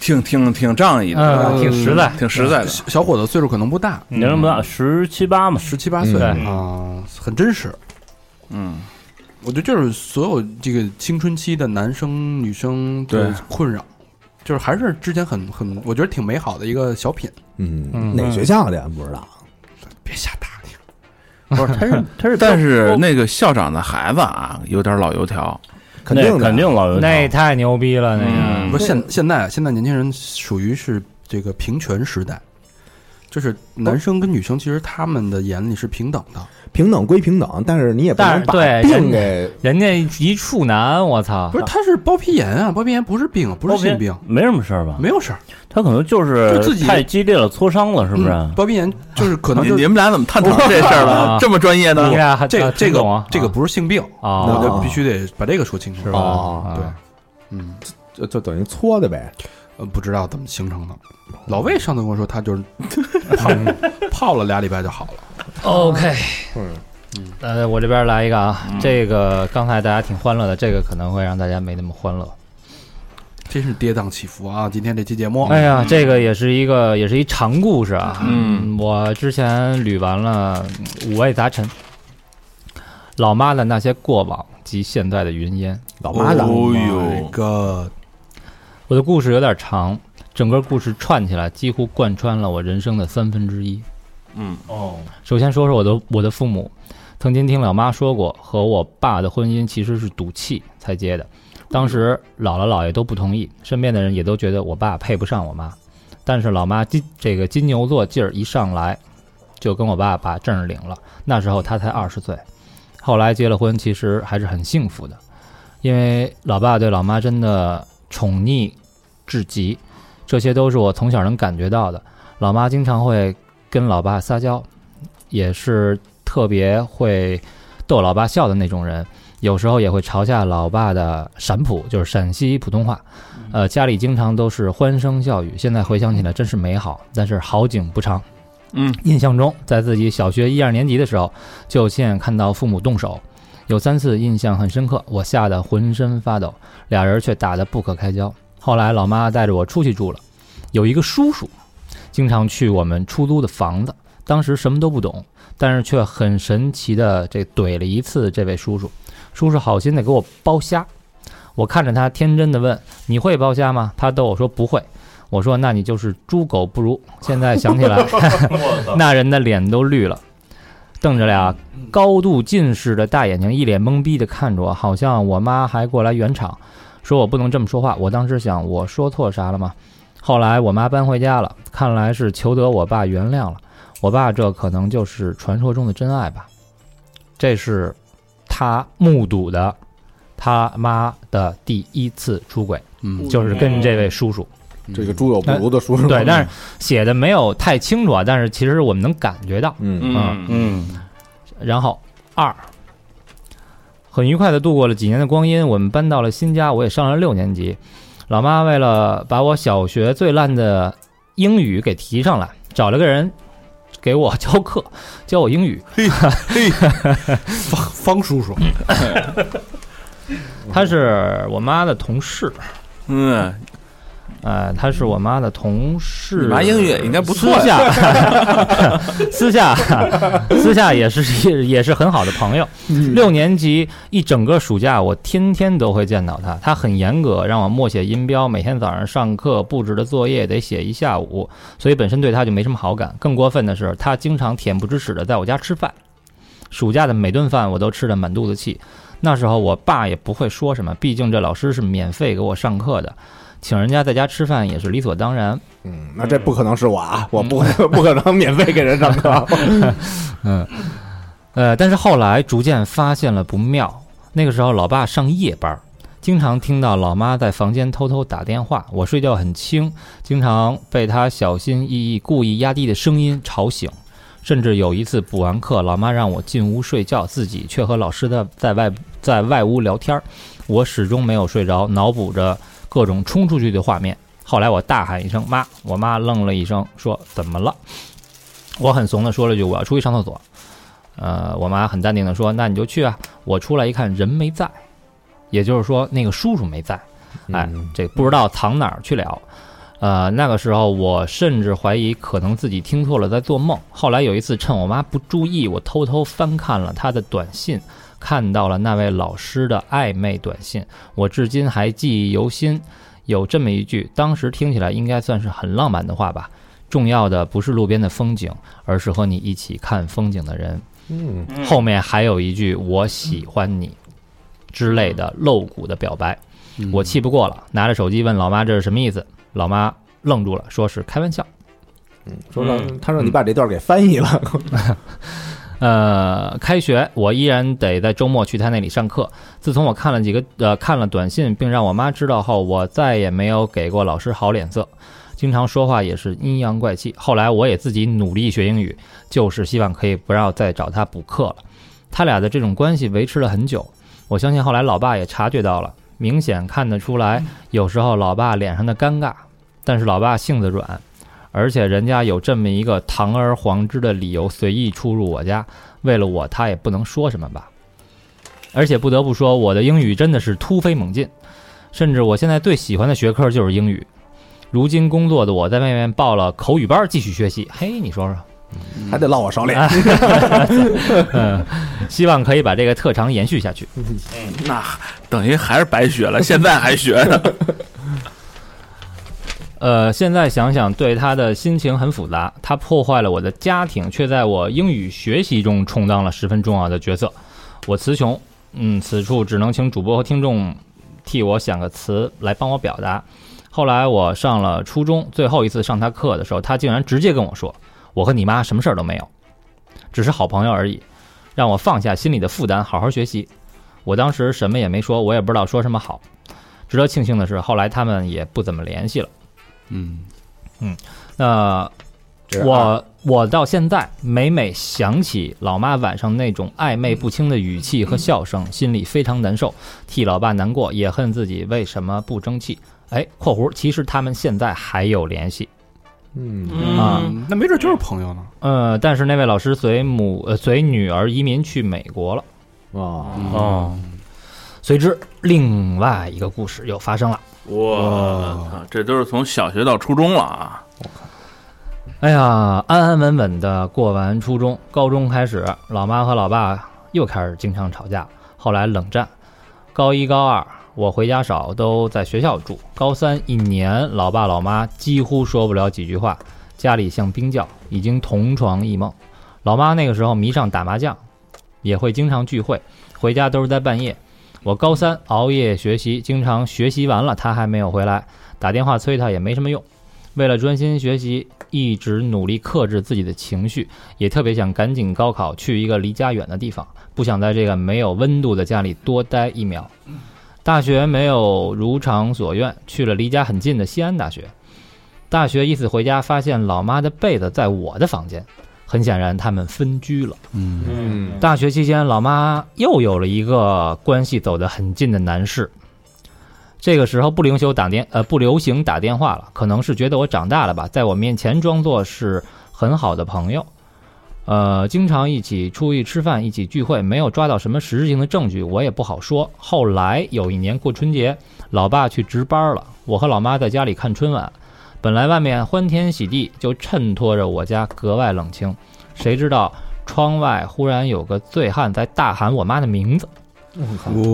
S6: 挺挺挺仗义的，
S3: 嗯挺实在，
S6: 挺实在的。
S2: 小小伙子岁数可能不大，
S5: 年龄不大，十七八嘛，
S2: 十七八岁
S3: 嗯
S2: 啊，很真实。
S6: 嗯，
S2: 我觉得这是所有这个青春期的男生女生的
S6: 对
S2: 困扰，就是还是之前很很，我觉得挺美好的一个小品。
S4: 嗯，哪学校的呀？不知道。
S2: 别瞎打听，
S5: 不是，他是他是，
S6: 但
S3: 哦
S6: 是那个校长的孩子啊，有点老油条，
S4: 肯定
S5: 那
S4: 的
S5: 肯定老油条
S3: 那太牛逼了，那个
S6: 嗯
S2: 不是现现在啊现在年轻人属于是这个平权时代，就是男生跟女生其实他们的眼里是平等
S3: 啊
S2: 的。
S4: 平等归平等，但是你也不
S3: 但
S4: 能
S3: 是
S4: 把
S3: 对
S4: 病给
S3: 人家一处男，我操
S2: 不！是，他是包皮炎啊，包皮炎不是病，不是性病，
S5: 没什么事儿吧？
S2: 没有事儿，
S5: 他可能就是
S2: 就自己
S5: 太激烈了，挫伤了，是啊不是？
S2: 嗯包皮炎就是可能
S6: 你
S2: 就
S6: 你
S2: 是
S6: 们俩怎么探讨这事儿
S3: 啊
S6: 了？ 这么专业呢
S3: 你？俩还
S2: 这个
S3: 啊
S2: 这
S3: 听懂
S2: 个
S3: 啊
S2: 这个不是性病，
S3: 啊，
S2: 我
S4: 那
S2: 就必须得把这个说清楚
S3: 是。吧？
S4: 哦
S2: 对
S3: 啊，
S2: 嗯，
S4: 就就等于搓的呗。
S2: 呃，不知道怎么形成的。老魏上次跟我说，他就是 泡泡了俩礼拜就好了。
S3: OK，呃，我这边来一个啊，这个刚才大家挺欢乐的，这个可能会让大家没那么欢乐。
S2: 哦真是跌宕起伏啊！今天这期节目，
S3: 哎呀，这个也是一个，也是一长故事啊。
S6: 嗯，
S3: 我之前捋完了嗯五味杂陈，老妈的那些过往及现在的云烟。
S2: Oh
S4: 老妈的，
S6: 哦
S2: 那
S6: 呦，
S2: 个
S3: 我的故事有点长，整个故事串起来几乎贯穿了我人生的三分之一。
S6: 嗯
S3: 哦，首先说说我的我的父母，曾经听老妈说过，和我爸的婚姻其实是赌气才结的。当时姥姥姥爷都不同意，身边的人也都觉得我爸配不上我妈。但是老妈金这个金牛座劲儿一上来，就跟我爸把证儿领了。那时候他才二十岁，后来结了婚，其实还是很幸福的，因为老爸对老妈真的宠溺至极，这些都是我从小能感觉到的。老妈经常会跟老爸撒娇，也是特别会逗老爸笑的那种人。有时候也会嘲笑老爸的陕普，就是陕西普通话。呃，家里经常都是欢声笑语，现在回想起来真是美好。但是好景不长，
S6: 嗯，
S3: 印象中在自己小学一二年级的时候，就亲眼看到父母动手，有三次印象很深刻，我吓得浑身发抖，俩人却打得不可开交。后来老妈带着我出去住了，有一个叔叔，经常去我们出租的房子。当时什么都不懂，但是却很神奇的这怼了一次这位叔叔。叔叔好心的给我剥虾，我看着他天真的问：“你会剥虾吗？”他逗我说：“不会。”我说：“那你就是猪狗不如。”现在想起来，那人的脸都绿了，瞪着俩高度近视的大眼睛，一脸懵逼的看着我，好像我妈还过来圆场，说我不能这么说话。我当时想，我说错啥了吗？后来我妈搬回家了，看来是求得我爸原谅了。我爸这可能就是传说中的真爱吧。这是他目睹的他妈的第一次出轨，
S2: 嗯，
S3: 就是跟这位叔叔。
S4: 这个猪有不如的叔叔。
S3: 对，但是写的没有太清楚啊，但是其实我们能感觉到。
S4: 嗯，
S6: 嗯嗯
S5: 嗯，
S3: 然后二，很愉快的度过了几年的光阴。我们搬到了新家，我也上了六年级。老妈为了把我小学最烂的英语给提上来，找了个人给我教课，教我英语。
S2: 方方叔叔，
S3: 他是我妈的同事，
S6: 嗯，
S3: 呃，她是我妈的同事，
S6: 你妈英语也应该不错呀
S3: 私下， 私下，私下也是也也是很好的朋友。
S6: 嗯
S3: 六年级一整个暑假，我天天都会见到她。她很严格，让我默写音标，每天早上上课布置的作业得写一下午，所以本身对她就没什么好感。更过分的是，她经常恬不知耻的在我家吃饭，暑假的每顿饭我都吃得满肚子气。那时候我爸也不会说什么，毕竟这老师是免费给我上课的，请人家在家吃饭也是理所当然。
S4: 嗯，那这不可能是我啊，我不 不可能免费给 人上课。
S3: 嗯，呃，但是后来逐渐发现了不妙。那个时候，老爸上夜班，经常听到老妈在房间偷偷打电话。我睡觉很轻，经常被她小心翼翼、故意压低的声音吵醒。甚至有一次补完课，老妈让我进屋睡觉，自己却和老师的在外在外屋聊天儿。我始终没有睡着，脑补着各种冲出去的画面。后来我大喊一声“妈”，我妈愣了一声，说：“怎么了？”我很怂的说了句：“我要出去上厕所。”呃，我妈很淡定的说：“那你就去啊。”我出来一看，人没在，也就是说那个叔叔没在，哎，这不知道藏哪儿去了。呃，那个时候我甚至怀疑可能自己听错了，在做梦。后来有一次趁我妈不注意，我偷偷翻看了她的短信，看到了那位老师的暧昧短信，我至今还记忆犹新。有这么一句，当时听起来应该算是很浪漫的话吧。重要的不是路边的风景，而是和你一起看风景的人。
S4: 嗯，
S3: 后面还有一句“我喜欢你”之类的露骨的表白，
S2: 嗯
S3: 我气不过了，拿着手机问老妈这是什么意思，老妈愣住了，说是开玩笑。
S4: 说让他让你把这段给翻译了。
S3: 呃，开学我依然得在周末去他那里上课。自从我看了几个呃看了短信，并让我妈知道后，我再也没有给过老师好脸色，经常说话也是阴阳怪气。后来我也自己努力学英语，就是希望可以不要再找他补课了。他俩的这种关系维持了很久，我相信后来老爸也察觉到了，明显看得出来，有时候老爸脸上的尴尬，但是老爸性子软。而且人家有这么一个堂而皇之的理由随意出入我家，为了我他也不能说什么吧。而且不得不说，我的英语真的是突飞猛进，甚至我现在最喜欢的学科就是英语。如今工作的我在外面报了口语班儿继续学习，嘿，你说说，
S4: 还得落我手里。
S3: 哎嗯，希望可以把这个特长延续下去。
S6: 那等于还是白学 了，现在还学呢。
S3: 呃，现在想想对他的心情很复杂，他破坏了我的家庭，却在我英语学习中充当了十分重要的角色。我词穷，嗯，此处只能请主播和听众替我想个词来帮我表达。后来我上了初中，最后一次上他课的时候，他竟然直接跟我说：“我和你妈什么事儿都没有，只是好朋友而已。”让我放下心里的负担，好好学习。我当时什么也没说，我也不知道说什么好。值得庆幸的是，后来他们也不怎么联系了。
S6: 嗯，
S3: 那
S4: 啊
S3: 我我到现在每每想起老妈晚上那种暧昧不清的语气和笑声，心里非常难受，替老爸难过，也恨自己为什么不争气。哎，括弧，其实他们现在还有联系，
S4: 嗯，
S3: 啊
S2: 嗯，那没准就是朋友呢。
S3: 呃，但是那位老师随母呃随女儿移民去美国了。
S4: 哦，
S3: 嗯
S2: 嗯
S5: 哦，
S3: 随之，另外一个故事又发生了。
S6: 我操，这都是从小学到初中了啊！
S3: 哎呀，安安稳稳的过完初中，高中开始，老妈和老爸又开始经常吵架，后来冷战。高一、高二我回家少，都在学校住。高三一年，老爸老妈几乎说不了几句话，家里像冰窖，已经同床异梦。老妈那个时候迷上打麻将，也会经常聚会，回家都是在半夜。我高三熬夜学习，经常学习完了她还没有回来，打电话催她也没什么用。为了专心学习，一直努力克制自己的情绪，也特别想赶紧高考，去一个离家远的地方，不想在这个没有温度的家里多待一秒。大学没有如常所愿，去了离家很近的西安大学。大学一次回家，发现老妈的被子在我的房间，很显然他们分居了。
S4: 嗯，
S3: 大学期间，老妈又有了一个关系走得很近的男士。这个时候不流行打电呃不流行打电话了，可能是觉得我长大了吧，在我面前装作是很好的朋友。呃，经常一起出去吃饭，一起聚会，没有抓到什么实质性的证据，我也不好说。后来有一年过春节，老爸去值班了，我和老妈在家里看春晚。本来外面欢天喜地，就衬托着我家格外冷清。谁知道窗外忽然有个醉汉在大喊我妈的名字。哎、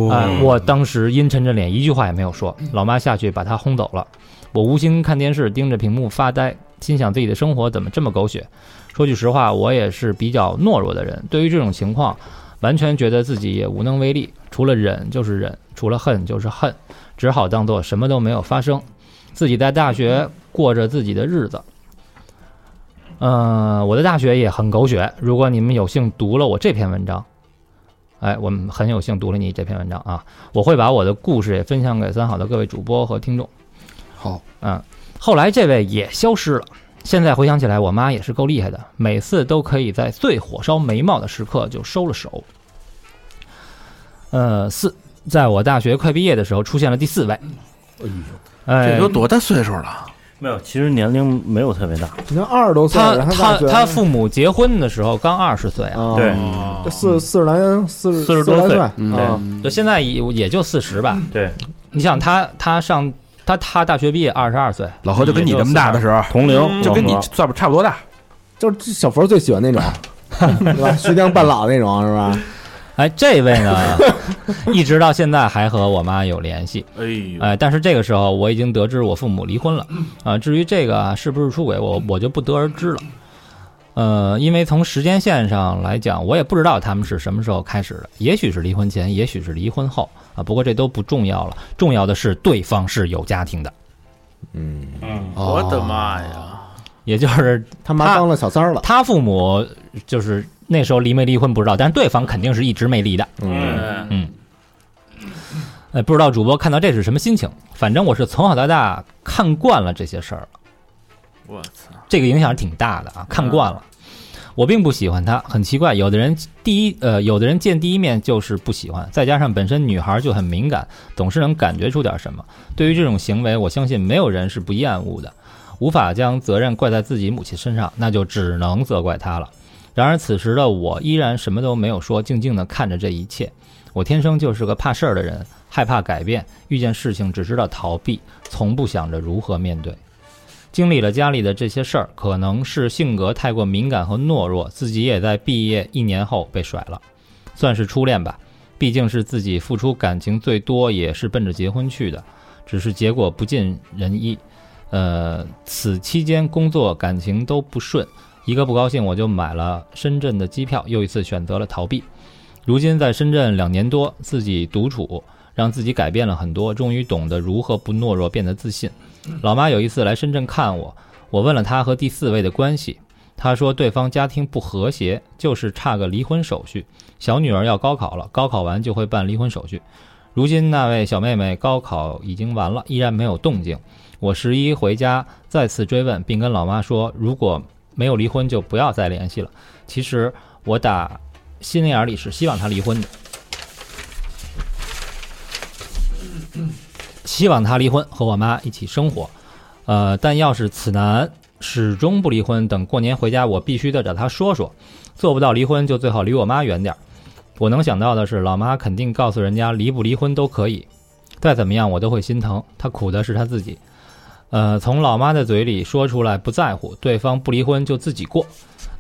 S2: 哇，
S3: 我当时阴沉着脸，一句话也没有说。老妈下去把他轰走了。我无心看电视，盯着屏幕发呆，心想自己的生活怎么这么狗血。说句实话，我也是比较懦弱的人，对于这种情况，完全觉得自己也无能为力，除了忍就是忍，除了恨就是恨，只好当做什么都没有发生，自己在大学过着自己的日子。嗯、我的大学也很狗血。如果你们有幸读了我这篇文章，哎，我们很有幸读了你这篇文章啊！我会把我的故事也分享给三好的各位主播和听众。
S2: 好，
S3: 嗯，后来这位也消失了。现在回想起来，我妈也是够厉害的，每次都可以在最火烧眉毛的时刻就收了手。呃，四，在我大学快毕业的时候出现了第四位。哎
S6: 这都多大岁数了？
S5: 没有，其实年龄没有特别大，
S4: 你看二十多岁，
S3: 他
S4: 然后
S3: 他
S4: 大学
S3: 他父母结婚的时候刚二十岁啊，
S4: 啊，
S5: 对
S4: 这四四十来四
S5: 四十
S4: 十
S5: 多
S4: 来
S5: 岁
S4: 岁，啊，
S3: 就现在也也就四十吧。
S5: 对，
S3: 你想他他上他他大学毕业二十二岁，
S1: 老何就跟你这么大的时候，
S5: 同龄、
S2: 嗯就跟你
S5: 嗯老何
S2: 差不差不多大，
S4: 就是小佛最喜欢那种，对吧？徐娘半老那种是吧？
S3: 哎，这位呢，一直到现在还和我妈有联系。
S5: 哎呦，
S3: 哎，但是这个时候我已经得知我父母离婚了。啊、至于这个是不是出轨，我我就不得而知了。呃，因为从时间线上来讲，我也不知道他们是什么时候开始的，也许是离婚前，也许是离婚后啊。不过这都不重要了，重要的是对方是有家庭的，
S4: 嗯，
S5: 嗯，
S6: 我的妈呀！
S3: 也就是
S4: 他妈
S3: 他
S4: 当了小三儿了，
S3: 他父母就是那时候离没离婚不知道，但是对方肯定是一直没离的。
S4: 嗯，
S6: 嗯
S3: 嗯，呃，不知道主播看到这是什么心情？反正我是从小到大看惯了这些事儿了，
S6: 我操！
S3: 这个影响挺大的啊，看惯了。我并不喜欢他，很奇怪。有的人第一，呃，有的人见第一面就是不喜欢，再加上本身女孩就很敏感，总是能感觉出点什么。对于这种行为，我相信没有人是不厌恶的，无法将责任怪在自己母亲身上，那就只能责怪她了。然而此时的我依然什么都没有说，静静地看着这一切。我天生就是个怕事儿的人，害怕改变，遇见事情只知道逃避，从不想着如何面对。经历了家里的这些事儿，可能是性格太过敏感和懦弱，自己也在毕业一年后被甩了，算是初恋吧。毕竟是自己付出感情最多，也是奔着结婚去的，只是结果不尽人意。呃，此期间工作、感情都不顺，一个不高兴我就买了深圳的机票，又一次选择了逃避。如今在深圳两年多，自己独处，让自己改变了很多，终于懂得如何不懦弱，变得自信。老妈有一次来深圳看我，我问了她和第四位的关系，她说对方家庭不和谐，就是差个离婚手续。小女儿要高考了，高考完就会办离婚手续。如今那位小妹妹高考已经完了，依然没有动静。我十一回家再次追问，并跟老妈说，如果没有离婚就不要再联系了。其实我打心眼儿里是希望她离婚的，希望她离婚和我妈一起生活。呃，但要是此男始终不离婚，等过年回家我必须得找他说说，做不到离婚就最好离我妈远点儿。我能想到的是，老妈肯定告诉人家离不离婚都可以，再怎么样我都会心疼，她苦的是她自己。呃，从老妈的嘴里说出来不在乎，对方不离婚就自己过，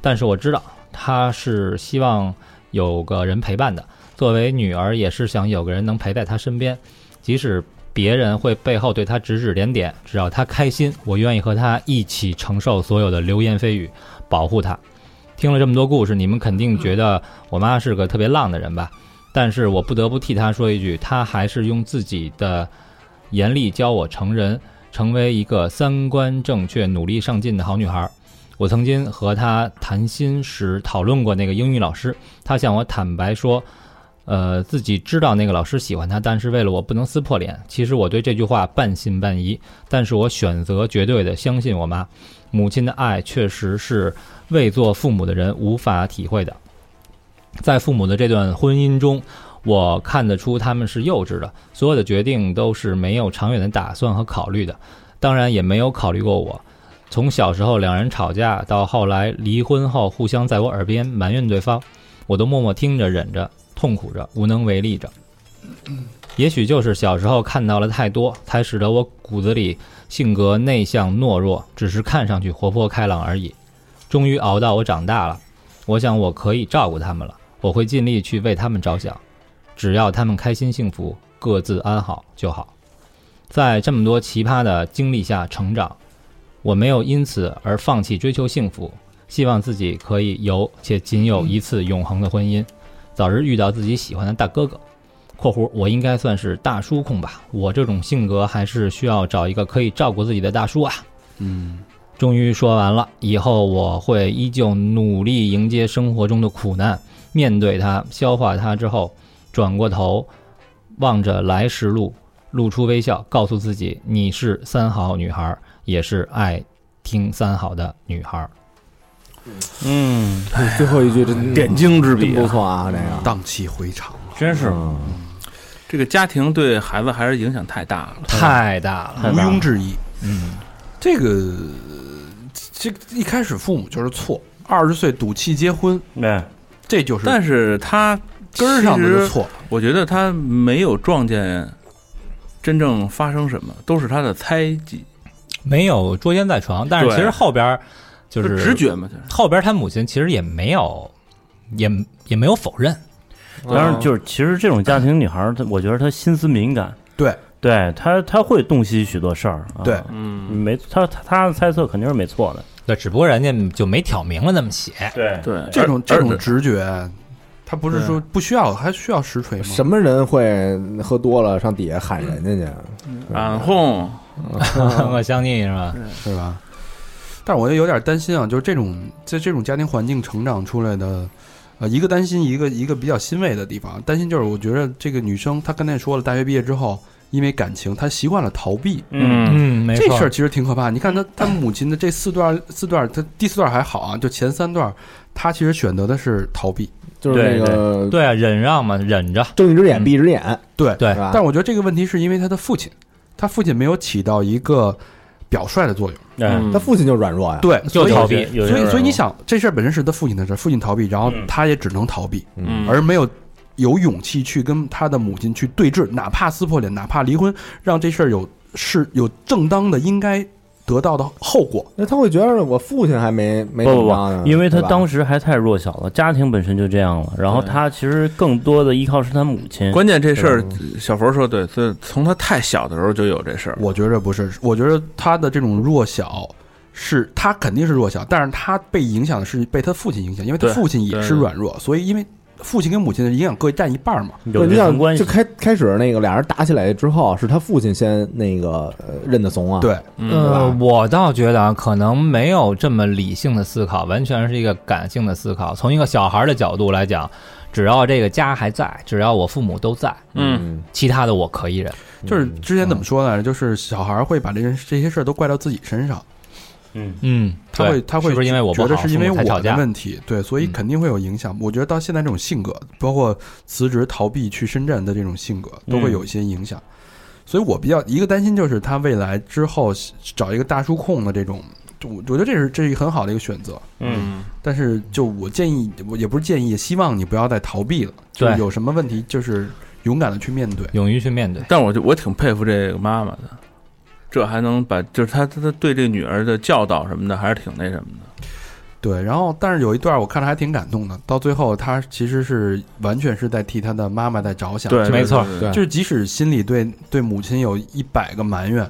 S3: 但是我知道她是希望有个人陪伴的，作为女儿也是想有个人能陪在她身边，即使别人会背后对她指指点点，只要她开心，我愿意和她一起承受所有的流言蜚语，保护她。听了这么多故事，你们肯定觉得我妈是个特别浪的人吧？但是我不得不替她说一句，她还是用自己的严厉教我成人，成为一个三观正确、努力上进的好女孩。我曾经和她谈心时讨论过那个英语老师，她向我坦白说，呃，自己知道那个老师喜欢她，但是为了我不能撕破脸。其实我对这句话半信半疑，但是我选择绝对的相信我妈。母亲的爱确实是未做父母的人无法体会的。在父母的这段婚姻中，我看得出他们是幼稚的，所有的决定都是没有长远的打算和考虑的，当然也没有考虑过我。从小时候两人吵架到后来离婚后互相在我耳边埋怨对方，我都默默听着、忍着、痛苦着、无能为力着。也许就是小时候看到了太多，才使得我骨子里性格内向懦弱，只是看上去活泼开朗而已。终于熬到我长大了，我想我可以照顾他们了，我会尽力去为他们着想，只要他们开心幸福，各自安好就好。在这么多奇葩的经历下成长，我没有因此而放弃追求幸福，希望自己可以有且仅有一次永恒的婚姻，早日遇到自己喜欢的大哥哥。（括弧我应该算是大叔控吧？我这种性格还是需要找一个可以照顾自己的大叔啊。）
S6: 嗯，
S3: 终于说完了，以后我会依旧努力迎接生活中的苦难，面对它，消化它之后，转过头，望着来时路，露出微笑，告诉自己你是三好女孩，也是爱听三好的女孩。
S5: 嗯，
S4: 最后一句真
S6: 点睛之
S4: 嗯真
S6: 笔
S4: 不
S6: 啊，
S4: 错啊，这个
S2: 荡气回肠了。
S5: 真是
S4: 嗯
S6: 这个家庭对孩子还是影响太大了。
S3: 太大了，
S5: 太
S2: 毋
S5: 棒
S2: 庸
S5: 了
S2: 置疑。
S3: 嗯，
S2: 这个这这一开始父母就是错，二十岁赌气结婚，
S5: 对，
S2: 这就是
S6: 但是他
S2: 根儿上的就错。
S6: 我觉得他没有撞见真正发生什么，都是他的猜忌，
S3: 没有捉奸在床，但是
S6: 对
S3: 其实后边儿就
S6: 就是直，觉嘛，就是
S3: 后边儿他母亲其实也没有，也也没有否认，嗯
S5: 当然就是其实这种家庭女孩儿，她我觉得她心思敏感，
S2: 对，
S5: 对她她会洞悉许多事儿，啊
S2: 对，
S6: 嗯，
S5: 没她她她的猜测肯定是没错的，
S3: 对，只不过人家就没挑明了那么写，
S5: 对
S6: 对，
S2: 这种这种
S6: 而
S2: 直觉，他不是说不需要，还需要实锤吗？
S4: 什么人会喝多了上底下喊人家去？
S3: 嗯
S6: 俺哄，
S2: 嗯
S3: 我相信是吧？
S2: 对吧？但是我也有点担心啊，就是这种在这种家庭环境成长出来的，呃，一个担心，一个一个比较欣慰的地方。担心就是我觉得这个女生，她刚才也说了，大学毕业之后，因为感情，她习惯了逃避，
S5: 嗯，
S3: 嗯，没
S2: 这
S3: 错嗯
S2: 事儿其实挺可怕。你看她她母亲的这四段四段，她第四段还好啊，就前三段，她其实选择的是逃避。
S4: 就是那个
S3: 对啊，忍让嘛，忍着。
S4: 睁一只眼闭一只眼，
S2: 对，
S3: 对
S4: 是吧？
S2: 但我觉得这个问题是因为她的父亲，她父亲没有起到一个表率的作用。
S5: 对，
S4: 他父亲就软弱呀，
S2: 对，
S3: 就
S2: 嗯所以
S3: 逃避
S5: 有些
S2: 所以，
S5: 人
S2: 所以你想，这事儿本身是他父亲的事儿，父亲逃避，然后
S5: 嗯
S2: 他也只能逃避，
S6: 嗯
S2: 而没有有勇气去跟他的母亲去对峙，哪怕撕破脸，哪怕离婚，让这事儿有是有正当的应该得到的后果。
S4: 那他会觉得我父亲还没没
S5: 不
S4: 怎
S5: 不
S4: 么着呢
S5: 不，因为她
S4: 嗯对吧
S5: 当时还太弱小了，家庭本身就这样了，然后
S6: 对
S5: 她其实更多的依靠是她母亲，
S6: 关键这事儿，小佛说对，所以从他太小的时候就有这事儿，
S2: 我觉着不是，我觉得他的这种弱小。是他肯定是弱小，但是他被影响的是被他父亲影响，因为他
S6: 对
S2: 父亲也
S6: 对
S2: 是
S6: 对
S2: 软弱，所以因为父亲跟母亲的营养各占一半儿
S6: 啊
S2: 嘛，
S5: 有
S4: 对，你
S5: 这层
S4: 想
S5: 关
S4: 就
S5: 系，
S4: 开开始那个俩人打起来之后，是他父亲先那个呃认的怂啊，
S2: 对，
S6: 嗯，
S3: 呃，我倒觉得啊，可能没有这么理性的思考，完全是一个感性的思考。从一个小孩的角度来讲，只要这个家还在，只要我父母都在，
S6: 嗯，
S3: 其他的我可以忍。
S2: 就是之前怎么说呢？就是小孩儿会把这件这些事儿都怪到自己身上，
S5: 嗯，
S3: 嗯，
S2: 他
S3: 对
S2: 会他会
S3: 是不是因为我不
S2: 觉
S3: 好，
S2: 得是因为
S3: 父母才吵
S2: 我的
S3: 架？
S2: 问题，对，所以
S3: 嗯
S2: 肯定会有影响。我觉得到现在这种性格，包括辞职逃避去深圳的这种性格，都
S3: 嗯
S2: 会有一些影响。所以我比较一个担心就是他未来之后找一个大叔控的这种，就我我觉得这是这是一个很好的一个选择。
S5: 嗯，
S2: 但是就我建议，我也不是建议，希望你不要再逃避了。就是
S3: 对
S2: 有什么问题就是勇敢的去面对。
S3: 勇于去面对。
S6: 但我就我挺佩服这个妈妈的，这还能把就是她她她对这女儿的教导什么的，还是挺那什么的。
S2: 对，然后但是有一段我看着还挺感动的，到最后他其实是完全是在替他的妈妈在着想，
S6: 对，
S3: 没错
S6: 对
S5: 哎
S4: 对
S2: 就是即使心里对对母亲有一百个埋怨，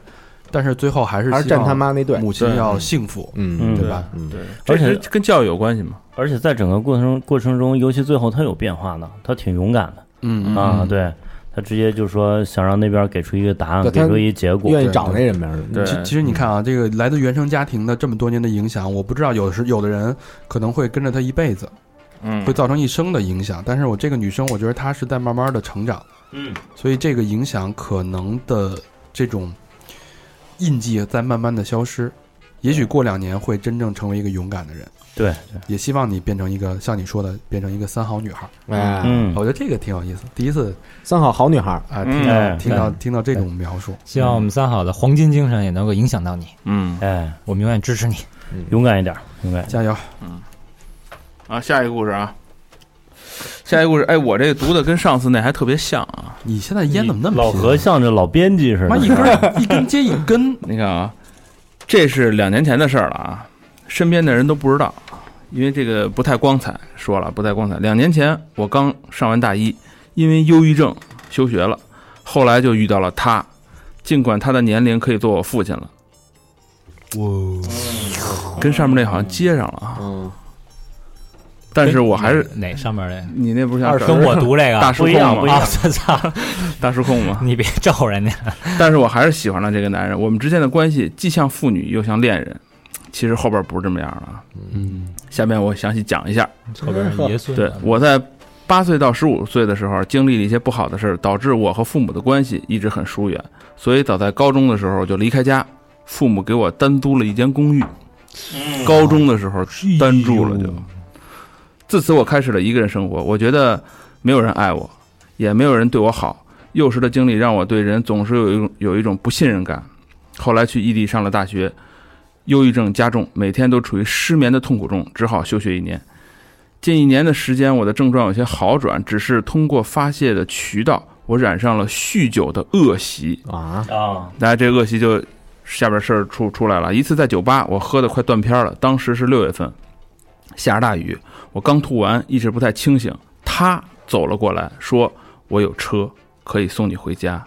S2: 但是最后还是
S4: 还是
S2: 希
S4: 站
S2: 望
S4: 他妈那队，
S2: 母亲
S6: 对
S2: 要幸福，
S4: 嗯
S5: 嗯
S2: 对吧？
S4: 嗯，
S6: 对，
S5: 而
S6: 而
S5: 且
S6: 且跟教育有关系嘛。
S5: 而且在整个过程过程中，尤其最后她有变化的，她挺勇敢的
S2: 嗯
S5: 啊，，对。她直接就说想让那边给出一个答案，
S4: 对
S5: 给
S4: 她
S5: 出一结果。
S4: 愿意找那人名儿，
S6: 对
S2: 其其实你看啊，这个来自原生家庭的这么多年的影响，我不知道有的是有的人可能会跟着他一辈子，
S6: 嗯
S2: 会造成一生的影响。但是我这个女生，我觉得她是在慢慢的成长，
S5: 嗯，
S2: 所以这个影响可能的这种印记在慢慢的消失，也许过两年会真正成为一个勇敢的人。
S5: 对，
S2: 也希望你变成一个像你说的，变成一个三好女孩。
S4: 哎，
S5: 嗯
S2: 我觉得这个挺有意思，第一次
S4: 三好好女孩儿，
S2: 啊、
S6: 嗯
S2: 听到、
S5: 哎
S2: 听到
S5: 对
S2: 听到这种描述，
S3: 希望我们三好的黄金精神也能够影响到你，
S6: 嗯
S5: 哎，
S3: 我们永远支持你。
S5: 勇敢一点，勇敢一点。
S2: 加油！
S6: 啊，下一个故事啊，下一个故事，哎，我这读的跟上次那还特别像啊。
S2: 你现在烟怎么那么啊
S5: 老
S2: 贫
S5: 何像这老编辑似
S2: 妈一
S5: 的？
S2: 根一根接一根，
S6: 你看啊，这是两年前的事儿了啊，身边的人都不知道，因为这个不太光彩。说了不太光彩。两年前我刚上完大一，因为忧郁症休学了，后来就遇到了他。尽管他的年龄可以做我父亲了，
S2: 我
S6: 跟上面那好像接上了啊，
S4: 嗯，
S6: 但是我还是
S3: 哪上面的？
S6: 你那不是像
S3: 要是跟我读这个
S6: 大叔
S5: 不一
S6: 控
S5: 样不一
S6: 吗？
S5: 样
S3: 啊！ 我操，
S6: 大叔控吗？
S3: 你别咒人家。
S6: 但是我还是喜欢了这个男人。我们之间的关系既像父女又像恋人，其实后边不是这么样了啊。
S2: 嗯，
S6: 下面我详细讲一下。
S3: 后边是爷孙
S6: 对，我在八岁到十五岁的时候经历了一些不好的事儿，导致我和父母的关系一直很疏远，所以早在高中的时候就离开家，父母给我单租了一间公寓。高中的时候单住了就，自此我开始了一个人生活。我觉得没有人爱我，也没有人对我好。幼时的经历让我对人总是有一种有一种不信任感。后来去异地上了大学，忧郁症加重，每天都处于失眠的痛苦中，只好休学一年。近一年的时间，我的症状有些好转，只是通过发泄的渠道，我染上了酗酒的恶习。
S4: 啊，
S5: 啊，
S6: 那这恶习就下边事儿出出来了。一次在酒吧，我喝的快断片了，当时是六月份，下着大雨，我刚吐完，意识不太清醒。他走了过来，说我有车，可以送你回家。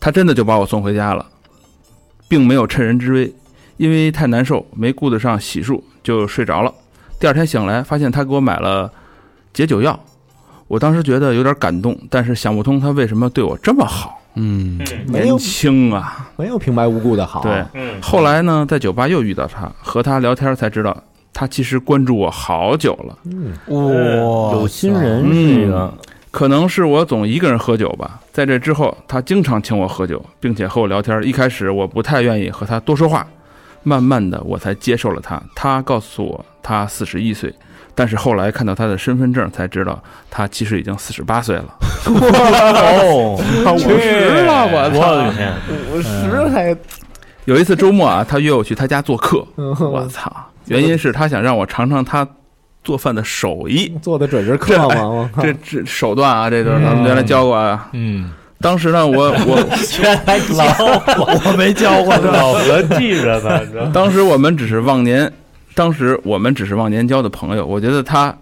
S6: 他真的就把我送回家了，并没有趁人之危，因为太难受，没顾得上洗漱就睡着了。第二天醒来，发现他给我买了解酒药，我当时觉得有点感动，但是想不通他为什么对我这么好，
S2: 嗯，
S4: 没
S6: 年
S4: 有
S6: 轻啊。
S4: 没有平白无故的好，啊
S6: 对，
S5: 嗯
S6: 后来呢，在酒吧又遇到他，和他聊天才知道，他其实关注我好久了。
S4: 嗯，
S2: 哇，
S5: 有心人是一个，
S6: 可能是我总一个人喝酒吧，在这之后，他经常请我喝酒，并且和我聊天。一开始我不太愿意和他多说话，慢慢的我才接受了他。他告诉我他四十一岁，但是后来看到他的身份证才知道，他其实已经四十八岁了。
S5: 哦，
S6: 我值了，
S5: 我
S6: 我
S5: 的天，
S4: 我实在，
S6: 有一次周末啊，他约我去他家做客， 我
S4: 我
S6: 操！原因是他想让我尝尝他做饭的手艺，
S4: 做的准是客
S6: 这哎
S4: 吗？我靠
S6: 这这手段啊，这都是咱们原来教过啊。
S3: 嗯，
S6: 当时呢，我我
S5: 原来教我，我没教过，老何记着呢，你知 道吗？
S6: 当时我们只是忘年，当时我们只是忘年交的朋友。我觉得他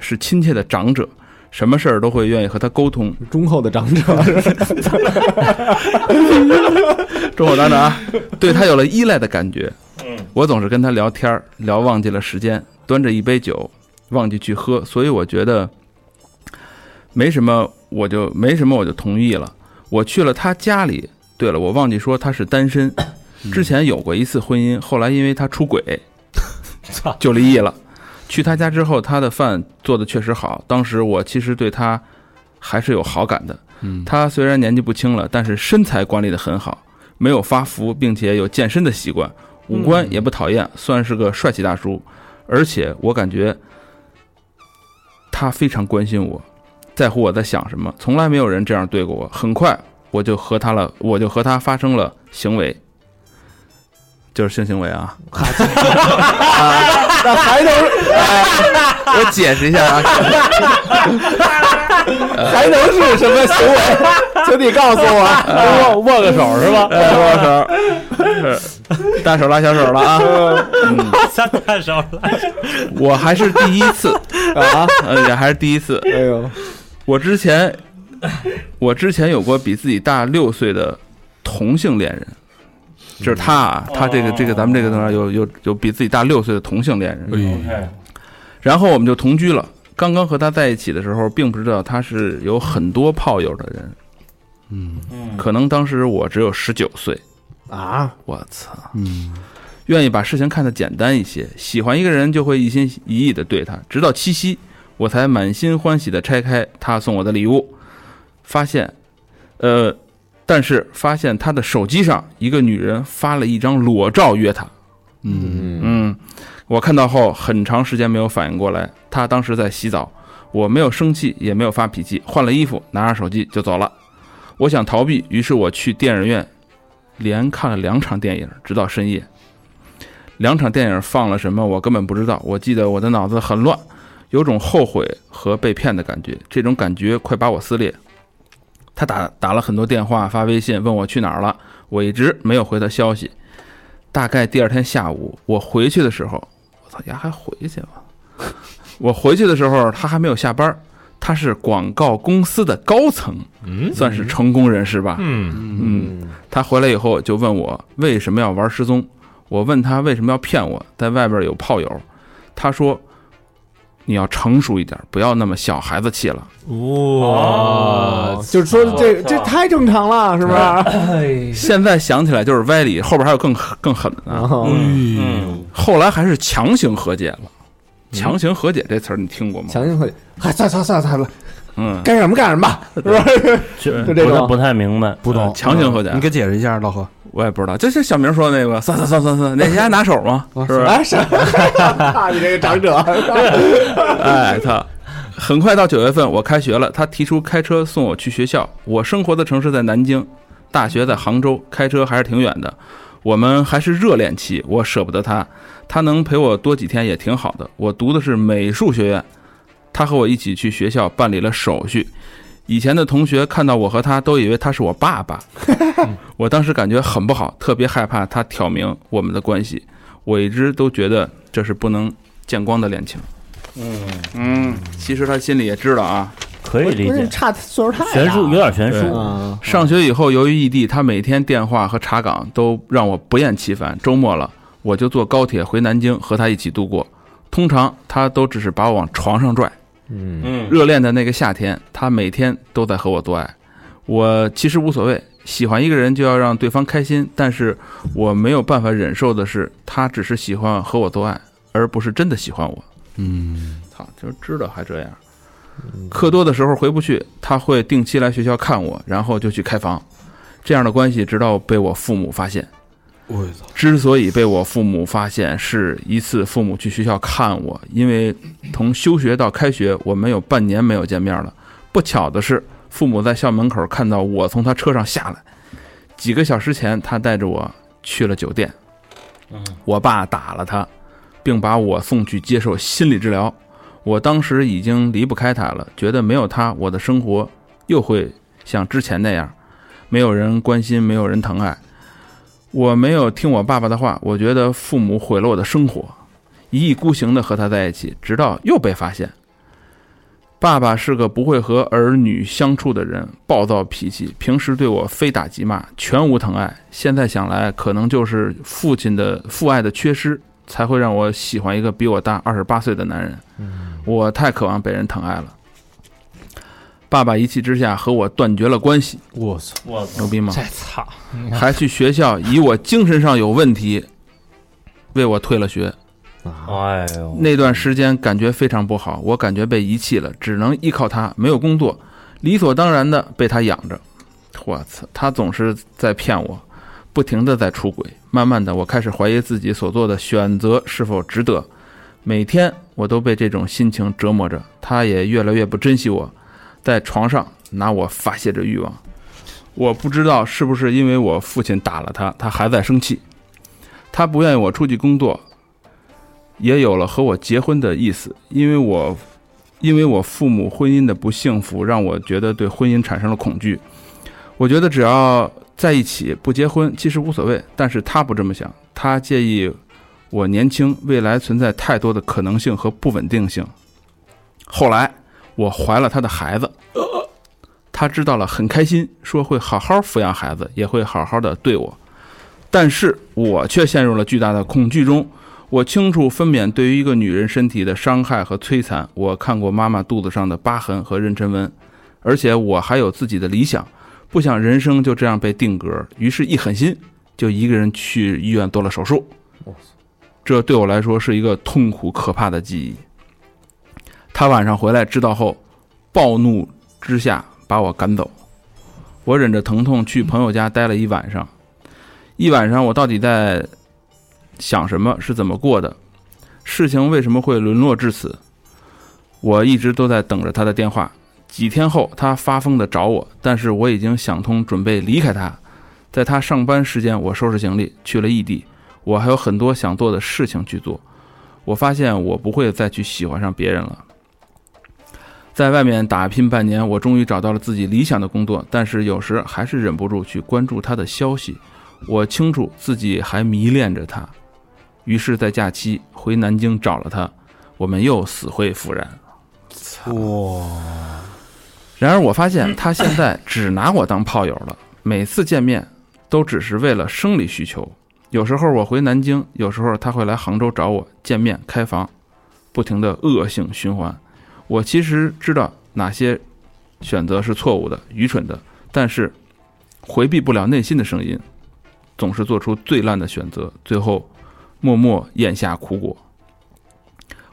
S6: 是亲切的长者，什么事儿都会愿意和他沟通。
S4: 忠厚的长者，
S6: 中后长长啊，对他有了依赖的感觉。嗯，我总是跟他聊天儿，聊忘记了时间，端着一杯酒，忘记去喝，所以我觉得没什么，我就没什么，我就同意了。我去了他家里。对了，我忘记说他是单身，之前有过一次婚姻，后来因为他出轨，
S3: 操，
S6: 就离异了。去他家之后，他的饭做的确实好，当时我其实对他还是有好感的。
S2: 嗯，
S6: 他虽然年纪不轻了，但是身材管理的很好，没有发福，并且有健身的习惯，五官也不讨厌，算是个帅气大叔。而且我感觉他非常关心我，在乎我在想什么，从来没有人这样对过我。很快我就和他了，我就和他发生了行为，就是性行为啊。
S4: 那还能
S6: 哎我解释一 下啊，
S4: 还能是什么行为？请你告诉我，
S5: 握握个手是吧？
S6: 拉手，是大哎手拉小手了啊！
S3: 三大手了，
S6: 我还是第一次，
S4: 啊！
S6: 呃，也还是第一次。
S4: 哎呦，
S6: 我之前，我之前有过比自己大六岁的同性恋人，就是他啊，
S5: 嗯
S6: 他这个
S5: 哦
S6: 这个咱们这个地方有有有比自己大六岁的同性恋人，
S2: 哎
S6: 然后我们就同居了。刚刚和他在一起的时候，并不知道他是有很多炮友的人，
S2: 嗯
S6: 可能当时我只有十九岁，
S4: 啊，
S6: 我操！
S2: 嗯，
S6: 愿意把事情看得简单一些，喜欢一个人就会一心一意的对他，直到七夕，我才满心欢喜的拆开他送我的礼物，发现，呃，但是发现他的手机上一个女人发了一张裸照约他，
S2: 嗯，
S4: 嗯
S6: 嗯，我看到后很长时间没有反应过来，他当时在洗澡，我没有生气，也没有发脾气，换了衣服，拿着手机就走了。我想逃避，于是我去电影院，连看了两场电影，直到深夜。两场电影放了什么，我根本不知道。我记得我的脑子很乱，有种后悔和被骗的感觉，这种感觉快把我撕裂。他打打了很多电话，发微信问我去哪儿了，我一直没有回他消息。大概第二天下午，我回去的时候，我操，丫还回去吗？ 我回去的时候，他还没有下班儿，他是广告公司的高层，
S7: 嗯
S6: 算是成功人士吧。
S7: 嗯，
S6: 嗯，他回来以后就问我为什么要玩失踪，我问他为什么要骗我，在外边有炮友，他说你要成熟一点，不要那么小孩子气了。
S7: 哇，
S4: 就是说这这太正常了，是不是？
S6: 现在想起来就是歪理，后边还有更狠更狠的
S4: 然
S6: 呢。
S4: 后
S5: 嗯，
S6: 后来还是强行和解了。强行和解这词儿你听过吗？
S4: 强行会，哎，算算算算了，
S6: 嗯，
S4: 该什么干什么吧，是吧？
S5: 就
S4: 就这种
S5: 不太不太明白，
S2: 不懂
S6: 强行和解
S2: 你给解释一下，老何。
S6: 我也不知道，就是小明说那个算算算算算，那人家拿手嘛，是不是？
S4: 哎，什么？你这个长者，
S6: 哎，他很快到九月份，我开学了，他提出开车送我去学校。我生活的城市在南京，大学在杭州，开车还是挺远的。我们还是热恋期，我舍不得他，他能陪我多几天也挺好的。我读的是美术学院，他和我一起去学校办理了手续。以前的同学看到我和他，都以为他是我爸爸，我当时感觉很不好，特别害怕他挑明我们的关系。我一直都觉得这是不能见光的恋情。嗯，其实他心里也知道啊。
S5: 可以理
S4: 不是
S5: 解，
S4: 差岁数太大
S5: 悬殊有点悬殊，
S4: 啊，
S6: 上学以后，由于异地，他每天电话和查岗都让我不厌其烦。周末了，我就坐高铁回南京和他一起度过。通常他都只是把我往床上拽。
S4: 嗯，
S5: 嗯，
S6: 热恋的那个夏天，他每天都在和我做爱。我其实无所谓，喜欢一个人就要让对方开心，但是我没有办法忍受的是，他只是喜欢和我做爱，而不是真的喜欢我。
S2: 嗯，
S6: 操，就知道还这样。课多的时候回不去，他会定期来学校看我，然后就去开房。这样的关系直到被我父母发现。
S2: 我操，
S6: 之所以被我父母发现，是一次父母去学校看我，因为从休学到开学，我们有半年没有见面了。不巧的是，父母在校门口看到我从他车上下来，几个小时前，他带着我去了酒店。我爸打了他，并把我送去接受心理治疗。我当时已经离不开他了，觉得没有他，我的生活又会像之前那样，没有人关心，没有人疼爱。我没有听我爸爸的话，我觉得父母毁了我的生活，一意孤行的和他在一起，直到又被发现。爸爸是个不会和儿女相处的人，暴躁脾气，平时对我非打即骂，全无疼爱。现在想来，可能就是父亲的父爱的缺失，才会让我喜欢一个比我大二十八岁的男人。我太渴望被人疼爱了。爸爸一气之下和我断绝了关系，
S2: 我操，
S5: 我操
S6: 牛，逼吗？
S3: 这操，你看
S6: 还去学校以我精神上有问题为我退了学。
S4: 啊
S5: 哎呦，
S6: 那段时间感觉非常不好，我感觉被遗弃了，只能依靠他，没有工作，理所当然的被他养着。我操，他总是在骗我，不停的在出轨。慢慢的，我开始怀疑自己所做的选择是否值得。每天我都被这种心情折磨着，他也越来越不珍惜我，在床上拿我发泄着欲望。我不知道是不是因为我父亲打了他，他还在生气。他不愿意我出去工作，也有了和我结婚的意思，因为我，因为我父母婚姻的不幸福，让我觉得对婚姻产生了恐惧。我觉得只要在一起不结婚，其实无所谓。但是他不这么想，他介意我年轻，未来存在太多的可能性和不稳定性。后来我怀了他的孩子，他知道了很开心，说会好好抚养孩子，也会好好的对我。但是我却陷入了巨大的恐惧中，我清楚分娩对于一个女人身体的伤害和摧残。我看过妈妈肚子上的疤痕和妊娠纹，而且我还有自己的理想，不想人生就这样被定格。于是，一狠心，就一个人去医院做了手术。这对我来说是一个痛苦可怕的记忆。他晚上回来知道后，暴怒之下把我赶走。我忍着疼痛去朋友家待了一晚上，一晚上我到底在想什么，是怎么过的。事情为什么会沦落至此？我一直都在等着他的电话。几天后，他发疯的找我，但是我已经想通，准备离开他。在他上班时间，我收拾行李去了异地，我还有很多想做的事情去做。我发现我不会再去喜欢上别人了。在外面打拼半年，我终于找到了自己理想的工作，但是有时还是忍不住去关注他的消息。我清楚自己还迷恋着他，于是，在假期回南京找了他，我们又死灰复燃。
S2: 哇，
S6: 然而我发现他现在只拿我当炮友了，每次见面都只是为了生理需求。有时候我回南京，有时候他会来杭州找我见面开房，不停的恶性循环。我其实知道哪些选择是错误的、愚蠢的，但是回避不了内心的声音，总是做出最烂的选择，最后默默咽下苦果。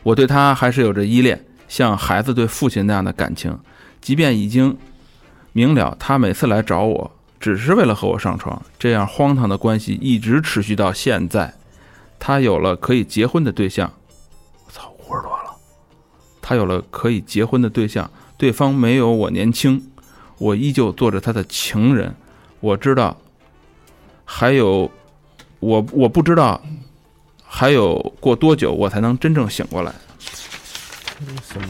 S6: 我对他还是有着依恋，像孩子对父亲那样的感情。即便已经明了，他每次来找我只是为了和我上床，这样荒唐的关系一直持续到现在。他有了可以结婚的对象，我操，五十多了。他有了可以结婚的对象，对方没有我年轻，我依旧做着他的情人。我知道，还有我我不知道，还有过多久我才能真正醒过来。
S4: 醒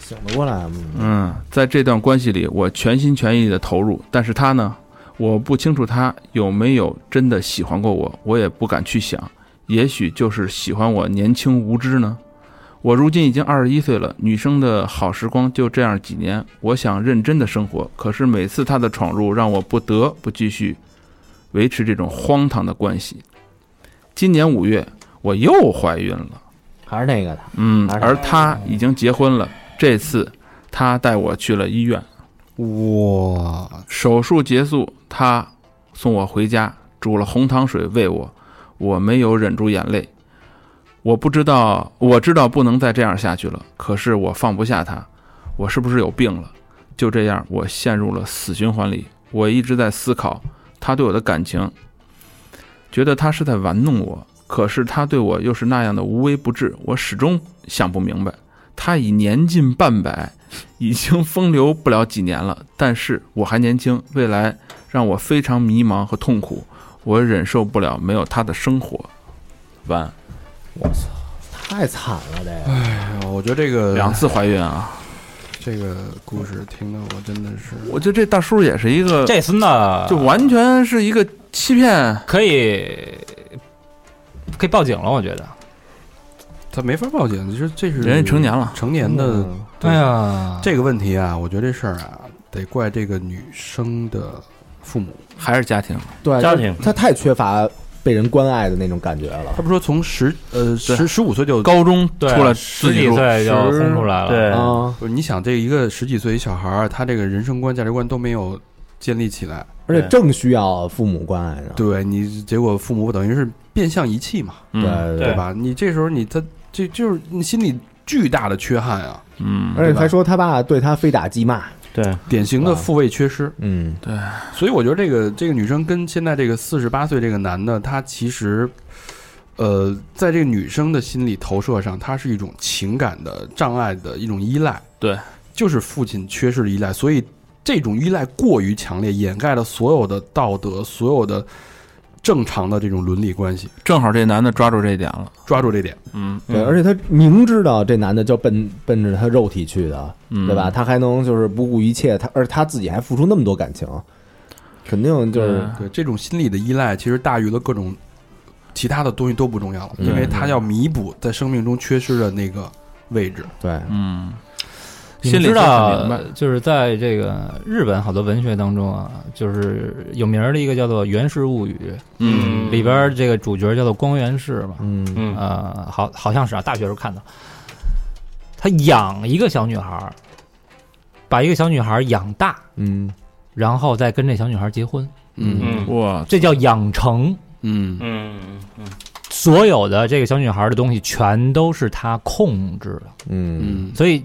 S4: 醒得过来吗？
S6: 嗯，在这段关系里，我全心全意的投入，但是他呢，我不清楚他有没有真的喜欢过我，我也不敢去想，也许就是喜欢我年轻无知呢。我如今已经二十一岁了，女生的好时光就这样几年，我想认真的生活，可是每次他的闯入让我不得不继续维持这种荒唐的关系。今年五月，我又怀孕了。
S4: 还是那个的，
S6: 嗯
S4: 还，是
S6: 而他已经结婚了。这次他带我去了医院，
S2: 哇，
S6: 手术结束，他送我回家，煮了红糖水喂我，我没有忍住眼泪。我不知道，我知道不能再这样下去了，可是我放不下他，我是不是有病了？就这样，我陷入了死循环里。我一直在思考他对我的感情，觉得他是在玩弄我，可是他对我又是那样的无微不至，我始终想不明白。他已年近半百，已经风流不了几年了，但是我还年轻，未来让我非常迷茫和痛苦，我忍受不了没有他的生活。完，
S4: 太惨了这个。
S2: 哎呀，我觉得这个
S6: 两次怀孕啊！
S2: 这个故事听得我真的是，
S6: 我觉得这大叔也是一个，
S7: 这孙子
S3: 啊
S6: 就完全是一个欺骗。
S7: 可以可以报警了，我觉得。
S2: 他没法报警，就是这是
S6: 人家成年了
S2: 成年的
S4: 嗯
S3: 哎
S2: 对
S7: 呀，
S2: 这个问题啊，我觉得这事儿啊，得怪这个女生的父母。
S6: 还是家庭，
S4: 对
S5: 家
S4: 他
S5: 庭
S4: 他太缺乏被人关爱的那种感觉了
S2: 他。不说从十呃十十五岁就
S6: 高中出
S7: 对
S6: 来
S7: 十
S6: 自
S7: 几
S6: 己住，
S7: 岁就
S5: 十
S7: 轰出
S2: 哎
S7: 来了，
S5: 对
S4: 啊，
S2: 不是你想这一个十几岁一小孩儿，他这个人生观、价值观都没有建立起来，
S4: 而且正需要父母关爱啊呢。
S2: 对你结果父母等于是变相遗弃嘛，
S6: 嗯
S4: 对
S2: 对吧？你这时候你他这就是你心里巨大的缺憾啊，
S6: 嗯，
S4: 而且还说他爸对他非打即骂。
S5: 对，
S2: 典型
S6: 啊
S2: 的父位缺失。
S4: 嗯，
S2: 所以我觉得这个这个女生跟现在这个四十八岁这个男的，他其实，呃，在这个女生的心理投射上，他是一种情感的障碍的一种依赖，
S6: 对，
S2: 就是父亲缺失的依赖，所以这种依赖过于强烈，掩盖了所有的道德，所有的正常的这种伦理关系。
S6: 正好这男的抓住这一点了，
S2: 抓住这点，
S6: 嗯，
S4: 对，而且他明知道这男的就奔奔着他肉体去的，
S6: 嗯
S4: 对吧？？他还能就是不顾一切，他而他自己还付出那么多感情，肯定就是
S6: 嗯
S2: 对这种心理的依赖，其实大于了各种其他的东西都不重要了，因为他要弥补在生命中缺失的那个位置。
S4: 对，
S6: 嗯，
S3: 你
S6: 心里
S3: 知
S6: 就很明
S3: 道
S6: 白，
S3: 就是在这个日本好多文学当中啊，就是有名儿的一个叫做《源氏物语》，
S6: 嗯
S3: 里边儿这个主角叫做光源氏嘛，
S4: 嗯，
S7: 嗯，
S3: 呃，好好像是啊，大学时候看的。他养一个小女孩儿，把一个小女孩儿养大，
S4: 嗯，
S3: 然后再跟这小女孩儿结婚，
S2: 嗯
S7: 嗯
S6: 哇，
S3: 这叫养成。
S2: 嗯
S7: 嗯
S3: 所有的这个小女孩儿的东西全都是他控制的。
S4: 嗯，
S2: 嗯
S3: 所以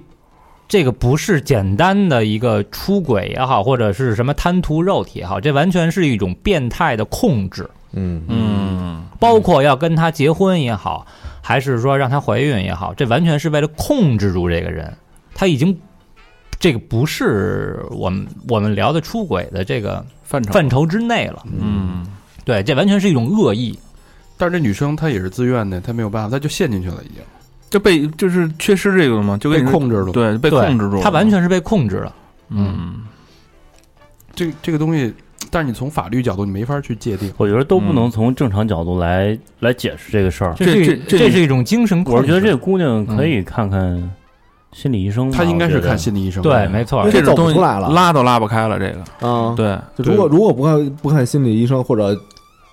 S3: 这个不是简单的一个出轨也好，或者是什么贪图肉体也好，这完全是一种变态的控制，
S4: 嗯，
S6: 嗯，
S3: 包括要跟他结婚也好，还是说让她怀孕也好，这完全是为了控制住这个人，他已经这个不是我们我们聊的出轨的这个
S6: 范畴
S3: 范畴之内了。
S6: 嗯，
S3: 对，这完全是一种恶意。
S2: 但是这女生她也是自愿的，她没有办法，她就陷进去了，已经
S6: 就被就是缺失这个了嘛，就
S2: 被
S6: 跟你说
S2: 控制了。，
S6: 对被
S3: 对
S6: 控制住了，
S3: 他完全是被控制了。
S6: 嗯
S2: 这这个东西，但是你从法律角度你没法去界定。
S5: 我觉得都不
S2: 嗯
S5: 能从正常角度来、来解释这个事儿。
S3: 这是
S6: 这这
S3: 这是一种精神控
S5: 我
S3: 制。
S5: 是觉得这个姑娘可以看看心理医生
S2: 嗯
S5: 吧，
S2: 她应该是
S5: 我觉得
S2: 看心理医生的，
S3: 对，没错
S4: 因为。
S6: 这
S4: 这
S6: 种
S4: 走
S6: 东
S4: 不
S6: 西
S4: 出来了
S6: 拉都拉不开了，这个
S4: 啊，
S6: 对
S4: 就如果如果不看不看心理医生，或者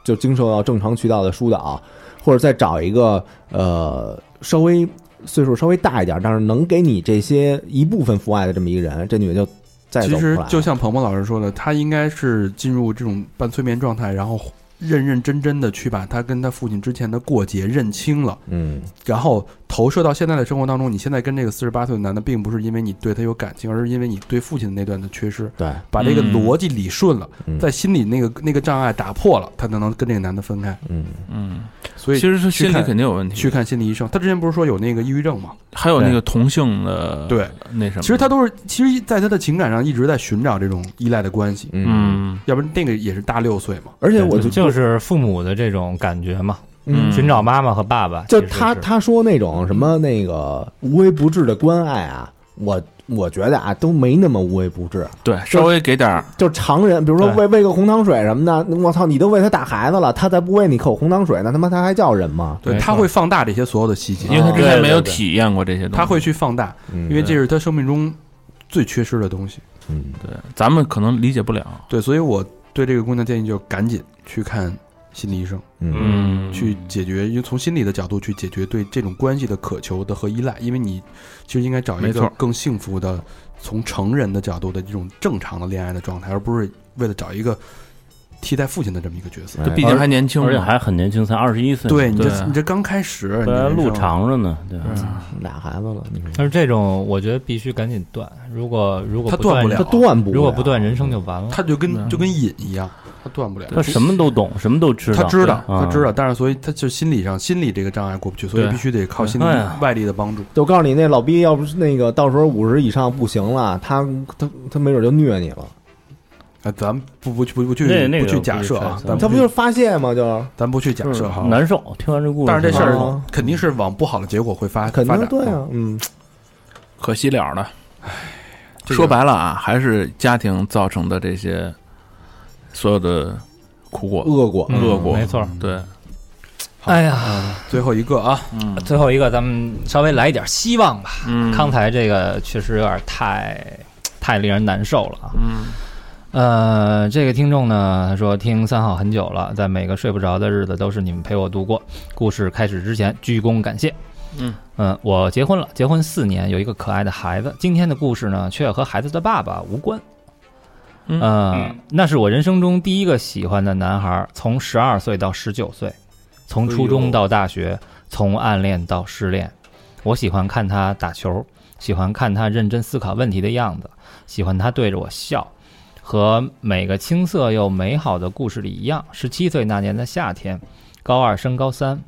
S4: 就经受到正常渠道的疏导，或者再找一个呃稍微岁数稍微大一点，但是能给你这些一部分父爱的这么一个人，这女的就再也
S2: 其
S4: 走不出来
S2: 实
S4: 了。
S2: 就像鹏鹏老师说的，她应该是进入这种半催眠状态，然后认认真真的去把她跟她父亲之前的过节认清了，
S4: 嗯，
S2: 然后投射到现在的生活当中。你现在跟这个四十八岁的男的，并不是因为你对他有感情，而是因为你对父亲的那段的缺失，
S4: 对，
S2: 把这个逻辑理顺了，
S4: 嗯
S2: 在心里那个那个障碍打破了，她才能跟这个男的分开。
S4: 嗯，
S6: 嗯，
S2: 所
S6: 其
S2: 以
S6: 实是心理
S2: 去看
S6: 肯定有问题
S2: 去，看心理医生，她之前不是说有那个抑郁症吗？
S6: 还有那个同性的
S2: 对
S6: 那什么，
S2: 其实她都是，其实在她的情感上一直在寻找这种依赖的关系，
S6: 嗯
S2: 要不然那个也是大六岁嘛。
S4: 而且我就
S3: 就是父母的这种感觉嘛，
S6: 嗯
S3: 寻找妈妈和爸爸。
S4: 就
S3: 其实
S4: 他
S3: 是
S4: 他说那种什么那个无微不至的关爱啊，我我觉得啊都没那么无微不至，啊
S6: 对稍微给点儿
S4: 就常人，比如说
S3: 对
S4: 喂喂个红糖水什么的，我操，你都喂他打孩子了，他再不喂你口红糖水，那他妈他还叫人吗？
S2: 对
S3: 没
S2: 他
S3: 错
S2: 会放大这些所有的细节，
S6: 因为他之
S5: 对
S6: 前
S5: 对
S6: 没有
S5: 对
S6: 体验过这些东西，
S2: 他会去放大，
S4: 因
S2: 因为这是他生命中最缺失的东西。
S4: 嗯，
S6: 对，咱们可能理解不了，
S2: 对，所以我对这个姑娘建议就赶紧去看心理医生，
S4: 嗯
S6: 嗯
S2: 去解决，因为从心理的角度去解决对这种关系的渴求的和依赖，因为你其实应该找一
S6: 没
S2: 个
S6: 错
S2: 更幸福的，从成人的角度的这种正常的恋爱的状态，而不是为了找一个替代父亲的这么一个角色。
S4: 哎
S6: 毕竟还年轻嘛，
S5: 而且还很年轻，才二十一岁，
S2: 对你嗯这
S6: 对
S2: 你这刚开始，你
S5: 还
S2: 人
S5: 嗯路
S2: 生
S5: 长着呢，对吧？
S4: 俩孩子了，你
S3: 但是这种我觉得必须赶紧断，如果如果
S2: 他
S3: 断
S2: 断不
S4: 他
S2: 了
S4: 断不了？
S3: 如果不断，人生就完了。
S2: 他就跟就跟瘾一样，他断不了。
S5: 他什么都懂，什么都知道，嗯啊
S2: 他知道，
S5: 对
S2: 他知道，，但是所以他就心理上心理这个障碍过不去，所以
S6: 对
S2: 必须得靠心理
S5: 哎呀
S2: 外力的帮助。
S4: 就告诉你那老逼，要不是那个到时候五十以上不行了，他他他没准就虐你了，
S2: 啊，咱不不去不不去
S5: 那那个
S2: 不去
S5: 不
S2: 假
S5: 去
S2: 设
S5: 揣
S2: 啊，
S5: 测
S2: 咱
S4: 他不
S2: 不
S4: 就是
S2: 去
S4: 发泄吗？就是
S2: 咱不去假设哈
S5: 嗯。难受。听完这故事，
S2: 但是这事
S5: 啊
S2: 儿
S4: 啊
S2: 肯定是往不好的结果会发
S4: 肯
S2: 发
S4: 定
S2: 展。
S4: 对，啊，嗯，
S6: 可惜了了。
S2: 这个
S6: 说白了啊，还是家庭造成的这些所有的苦果、
S4: 恶果，嗯
S6: 恶果，
S3: 嗯没错。
S6: 对，
S3: 哎呀，
S2: 嗯最后一个啊，
S6: 嗯
S3: 最后一个，咱们稍微来一点希望吧。
S6: 嗯
S3: 刚才这个确实有点太太令人难受了啊。
S6: 嗯
S3: 呃，这个听众呢，他说听三好很久了，在每个睡不着的日子都是你们陪我度过。故事开始之前，鞠躬感谢。
S6: 嗯
S3: 嗯我结婚了，结婚四年，有一个可爱的孩子。今天的故事呢，却和孩子的爸爸无关。
S6: 嗯
S3: 呃，那是我人生中第一个喜欢的男孩，从十二岁到十九岁，从初
S6: 哎
S3: 中
S6: 呦
S3: 到大学，从暗恋到失恋。我喜欢看他打球，喜欢看他认真思考问题的样子，喜欢他对着我笑。和每个青涩又美好的故事里一样，十七岁那年的夏天，高二升高三，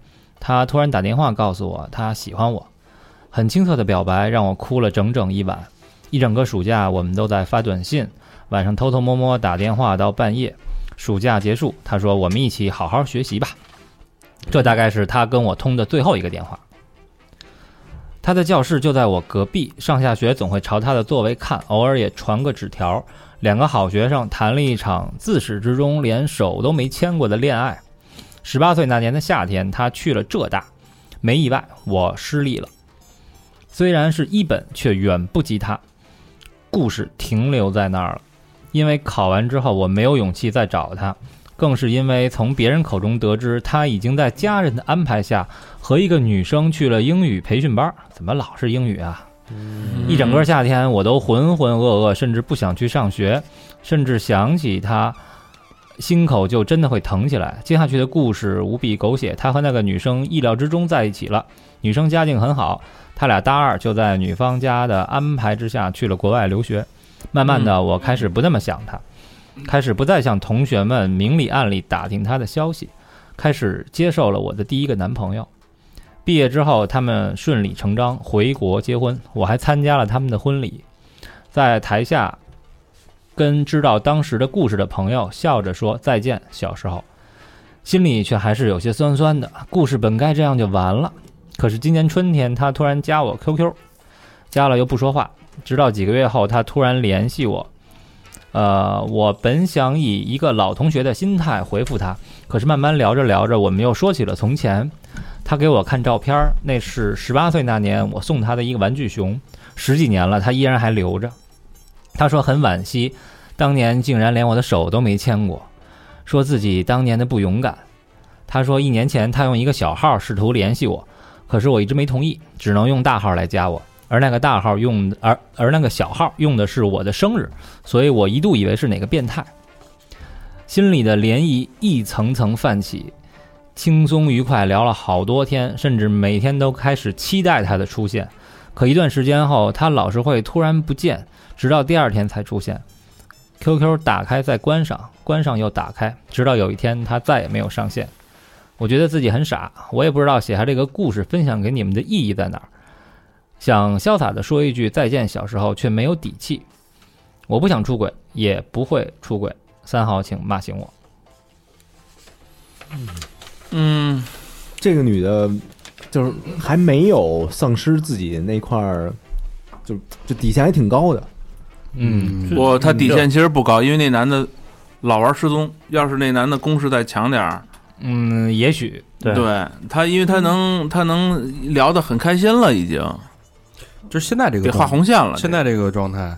S3: 他突然打电话告诉我他喜欢我，很青涩的表白让我哭了整整一晚。一整个暑假，我们都在发短信，晚上偷偷摸摸打电话到半夜。暑假结束，他说我们一起好好学习吧。这大概是他跟我通的最后一个电话。他的教室就在我隔壁，上下学总会朝他的座位看，偶尔也传个纸条。两个好学生谈了一场自始至终连手都没牵过的恋爱。十八岁那年的夏天，他去了浙大，没意外，我失利了。虽然是一本，却远不及他。故事停留在那儿了，因为考完之后我没有勇气再找他，更是因为从别人口中得知他已经在家人的安排下和一个女生去了英语培训班儿。怎么老是英语啊？
S6: 嗯
S3: 一整个夏天，我都浑浑噩噩，甚至不想去上学，甚至想起他，心口就真的会疼起来。接下去的故事无比狗血，他和那个女生意料之中在一起了，女生家境很好，他俩大二就在女方家的安排之下去了国外留学。慢慢的，我开始不那么想他，开始不再向同学们明里暗里打听他的消息，开始接受了我的第一个男朋友。毕业之后，他们顺理成章回国结婚，我还参加了他们的婚礼，在台下跟知道当时的故事的朋友笑着说再见，小时候，心里却还是有些酸酸的。故事本该这样就完了，可是今年春天他突然加我 QQ，加了又不说话，直到几个月后他突然联系我。呃，我本想以一个老同学的心态回复他，可是慢慢聊着聊着，我们又说起了从前。他给我看照片儿，那是十八岁那年我送他的一个玩具熊，十几年了，他依然还留着。他说很惋惜，当年竟然连我的手都没牵过，说自己当年的不勇敢。他说一年前他用一个小号试图联系我，可是我一直没同意，只能用大号来加我。而那个大号用，而而那个小号用的是我的生日，所以我一度以为是哪个变态。心里的涟漪一层层泛起，轻松愉快聊了好多天，甚至每天都开始期待他的出现。可一段时间后，他老是会突然不见，直到第二天才出现。QQ 打开再关上，关上又打开，直到有一天他再也没有上线。我觉得自己很傻，我也不知道写下这个故事分享给你们的意义在哪儿。想潇洒地说一句再见，小时候却没有底气。我不想出轨，也不会出轨。三好，请骂醒我。
S6: 嗯，
S4: 这个女的，就是还没有丧失自己那块儿，就就底线还挺高的。
S3: 嗯，
S6: 我他底线其实不高，因为那男的老玩失踪，要是那男的攻势再强点儿，
S3: 嗯，也许
S5: 对
S6: 对他，因为他能他能聊得很开心了，已经
S2: 就是现在这个
S6: 得画
S2: 状态，
S6: 红线了。
S2: 现在这个状态，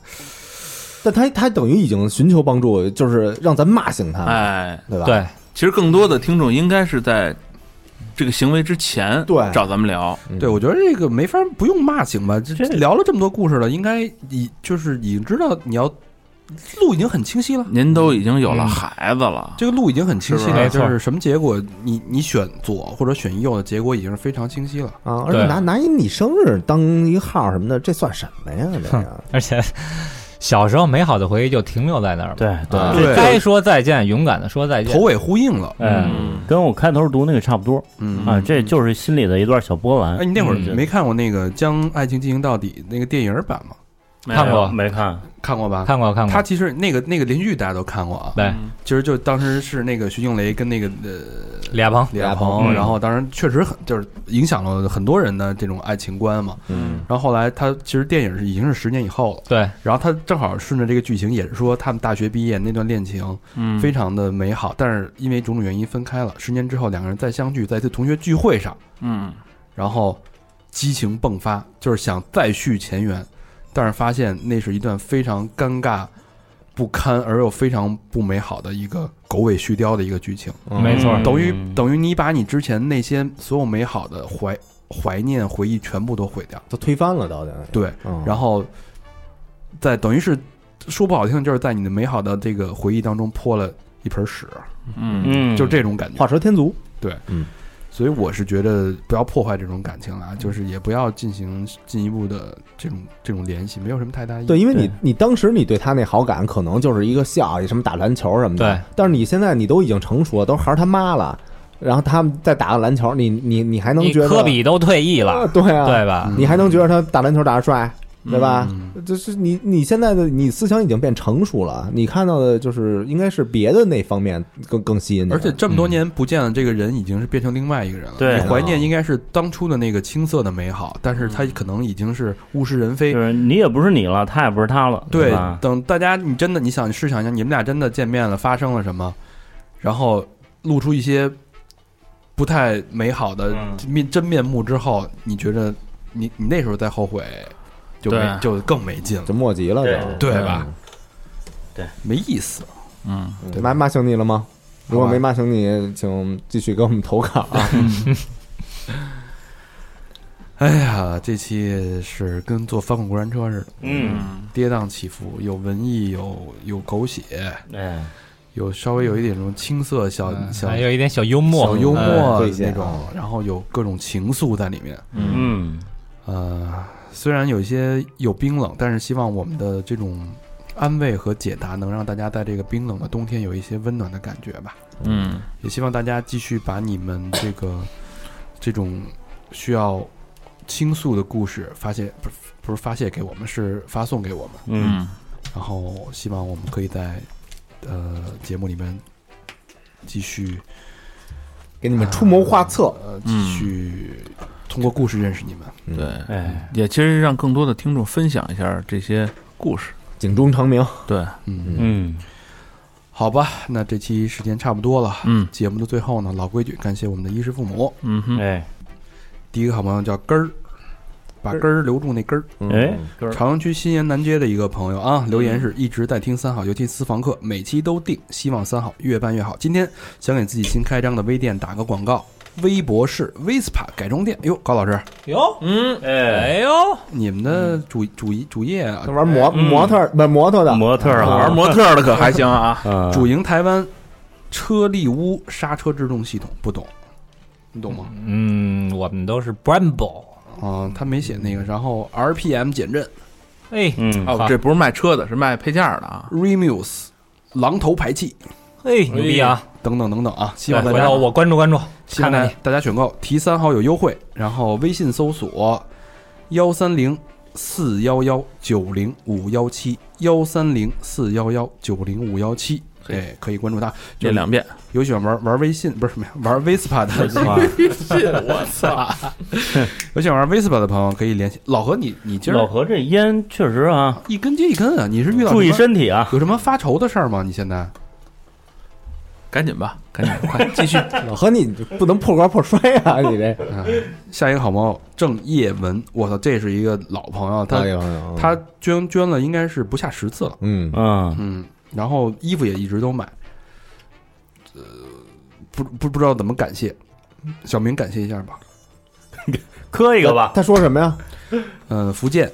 S4: 但她她等于已经寻求帮助，就是让咱骂醒
S6: 这
S4: 她，
S6: 个哎，
S4: 对吧？
S3: 对，
S6: 其实更多的听众应该是在这个行为之前
S4: 对
S6: 找咱们聊，
S4: 嗯
S2: 对我觉得这个没法不用骂醒吧，这
S5: 这
S2: 聊了这么多故事了，应该已就是已经知道你要路已经很清晰了。
S6: 您都已经有了
S3: 嗯
S6: 孩子了，
S2: 这个路已经很清晰
S6: 是
S3: 吧
S2: 了，
S3: 没错
S2: 就是什么结果，你你选左或者选右的结果已经是非常清晰了。
S4: 啊，而且
S3: 对
S4: 拿拿一你生日当一个号什么的，这算什么呀？这个
S3: 而且小时候美好的回忆就停留在那儿了。
S5: 对对
S3: 啊
S2: 对
S3: 该说再见，勇敢的说再见
S2: 头。尾呼应了，
S5: 哎，
S6: 嗯
S5: 跟我开头读那个差不多
S2: 嗯
S5: 啊，这就是心里的一段小波澜
S2: 哎，。你那会儿
S5: 嗯
S2: 没看过那个《将爱情进行到底》那个电影版吗？
S3: 看过
S5: 没看？
S2: 看过吧？
S3: 看过看过，
S2: 他其实那个那个连续剧大家都看过啊，
S3: 对
S2: 其实就当时是那个徐静蕾跟那个呃
S3: 俩鹏，
S2: 李亚
S5: 嗯
S2: 鹏，然后当然确实很就是影响了很多人的这种爱情观嘛。
S4: 嗯，
S2: 然后后来他其实电影是已经是十年以后了，
S3: 对，
S2: 然后他正好顺着这个剧情也是说他们大学毕业那段恋情
S6: 嗯，
S2: 非常的美好，但是因为种种原因分开了。十年之后两个人再相聚，在一次同学聚会上，
S6: 嗯
S2: 然后激情迸发，就是想再续前缘，但是发现那是一段非常尴尬、不堪而又非常不美好的一个狗尾续貂的一个剧情。
S3: 没错
S5: 嗯
S2: 等于等于你把你之前那些所有美好的怀怀念回忆全部都毁掉，
S4: 都推翻了，到底。
S2: 对，
S4: 嗯，
S2: 然后在等于是说不好听，就是在你的美好的这个回忆当中泼了一盆屎，
S6: 嗯
S5: 嗯，
S2: 就这种感觉。
S4: 画蛇添足，
S2: 所以我是觉得不要破坏这种感情了啊，就是也不要进行进一步的这种这种联系，没有什么太大意义。
S4: 对，因为你
S5: 对
S4: 你当时你对他那好感可能就是一个笑，什么打篮球什么的，
S3: 对
S4: 但是你现在你都已经成熟了，都孩儿他妈了，然后他们再打个篮球，你你你还能
S3: 你
S4: 觉得
S3: 科比都退役
S4: 啊
S3: 了，
S4: 对啊，
S3: 对吧？
S2: 嗯
S4: 你还能觉得他打篮球打得帅，对吧？
S2: 嗯
S4: 就是你你现在的你思想已经变成熟了，你看到的就是应该是别的那方面更更吸引你，
S2: 而且这么多年不见了，这个人已经是变成另外一个人了。
S5: 对
S2: 你怀念应该是当初的那个青涩的美好，但是他可能已经是物是人非
S5: 就。是你也不是你了，他也不是他了，
S2: 哎对
S5: 吧，？
S2: 等大家你真的你想试想一下，你们俩真的见面了，发生了什么，然后露出一些不太美好的面真面目之后，你觉得你你那时候再后悔，就没
S6: 对
S2: 就更没劲了，
S4: 就莫及了，就
S5: 对
S2: 对吧？没意思。
S6: 嗯，
S4: 嗯骂骂醒你了吗？如果没骂醒你，请继续给我们投稿 啊！
S2: 哎呀，这期是跟坐翻滚过山车似的，
S5: 嗯，
S2: 跌宕起伏，有文艺，有有狗血，
S5: 哎，
S2: 有稍微有一点那种青涩小
S3: 嗯
S2: 小
S3: 还有一点小幽默，
S2: 小幽
S3: 嗯
S2: 默
S4: 嗯
S2: 那种，然后有各种情愫在里面。
S5: 嗯，
S2: 呃，虽然有一些有冰冷，但是希望我们的这种安慰和解答能让大家在这个冰冷的冬天有一些温暖的感觉吧。
S6: 嗯，
S2: 也希望大家继续把你们这个这种需要倾诉的故事发泄，不是不是发泄给我们，是发送给我们。
S5: 嗯，
S2: 然后希望我们可以在呃节目里面继续
S4: 给你们出谋 划策。
S2: 呃继续通过故事认识你们。
S4: 嗯
S6: 对，
S5: 哎，
S6: 也其实让更多的听众分享一下这些故事。
S4: 警钟 长鸣，
S6: 对，
S2: 嗯，
S5: 嗯，
S2: 好吧，那这期时间差不多了。
S6: 嗯
S2: 节目的最后呢，老规矩，感谢我们的衣食父母。
S6: 嗯哼，
S5: 哎，
S2: 第一个好朋友叫根儿，把根儿留住那根儿。
S5: 哎，
S2: 朝阳区新延南街的一个朋友啊，留言是一直在听三好，尤其私房课，每期都定，希望三好越办越好。今天想给自己新开张的微店打个广告，微博是 Vespa 改装店。哟，高老师，
S7: 哟，嗯，
S5: 哎，
S7: 哎呦，
S2: 你们的主主业主业啊
S4: 他，玩模 模特儿不是摩托的，
S5: 模特儿啊，，
S6: 玩哎模特儿的可还行啊
S5: 啊，
S2: 主营台湾车力屋刹车制动系统，不懂，你懂吗？
S7: 嗯，我们都是 Brembo，
S2: 啊，他没写那个，然后 RPM 减震
S7: 哎
S5: 嗯，
S6: 哦，这不是卖车的，是卖配件儿的啊。
S2: ，Remus 榔头排气
S7: 哎，牛逼啊！
S2: 等等等等啊，希
S7: 对
S2: 望大
S7: 回
S2: 家
S7: 头我关注关注，
S2: 希望
S7: 看
S2: 大
S7: 看
S2: 家
S7: 你。
S2: 大家选购，提三好友优惠，然后微信搜索幺三零四幺幺九零五幺七幺三零四幺幺九零五幺七，
S6: 嘿
S2: 哎，可以关注他。
S6: 念两遍，
S2: 有喜欢玩玩微信不是没有玩 Vespa 的，
S5: 哇
S2: 有喜欢玩 Vespa 的朋友可以联系老何你，你今
S5: 老
S2: 儿
S5: 何这烟确实啊，
S2: 一根接一根啊，你是遇到
S5: 注意
S2: 什么
S5: 身体啊，
S2: 有什么发愁的事儿吗？你现在
S6: 赶紧吧，赶紧，快继续。
S4: 老何你不能破罐破摔 啊！你这
S2: 下一个好朋友郑叶文，我操，这是一个老朋友，他
S4: 哎呦哎呦
S2: 他捐捐了应该是不下十次了。
S4: 嗯，
S5: 嗯，
S2: 嗯，然后衣服也一直都买，呃，不不不知道怎么感谢，小明感谢一下吧。
S5: 磕一个吧，
S4: 他说什么呀？
S2: 呃，福建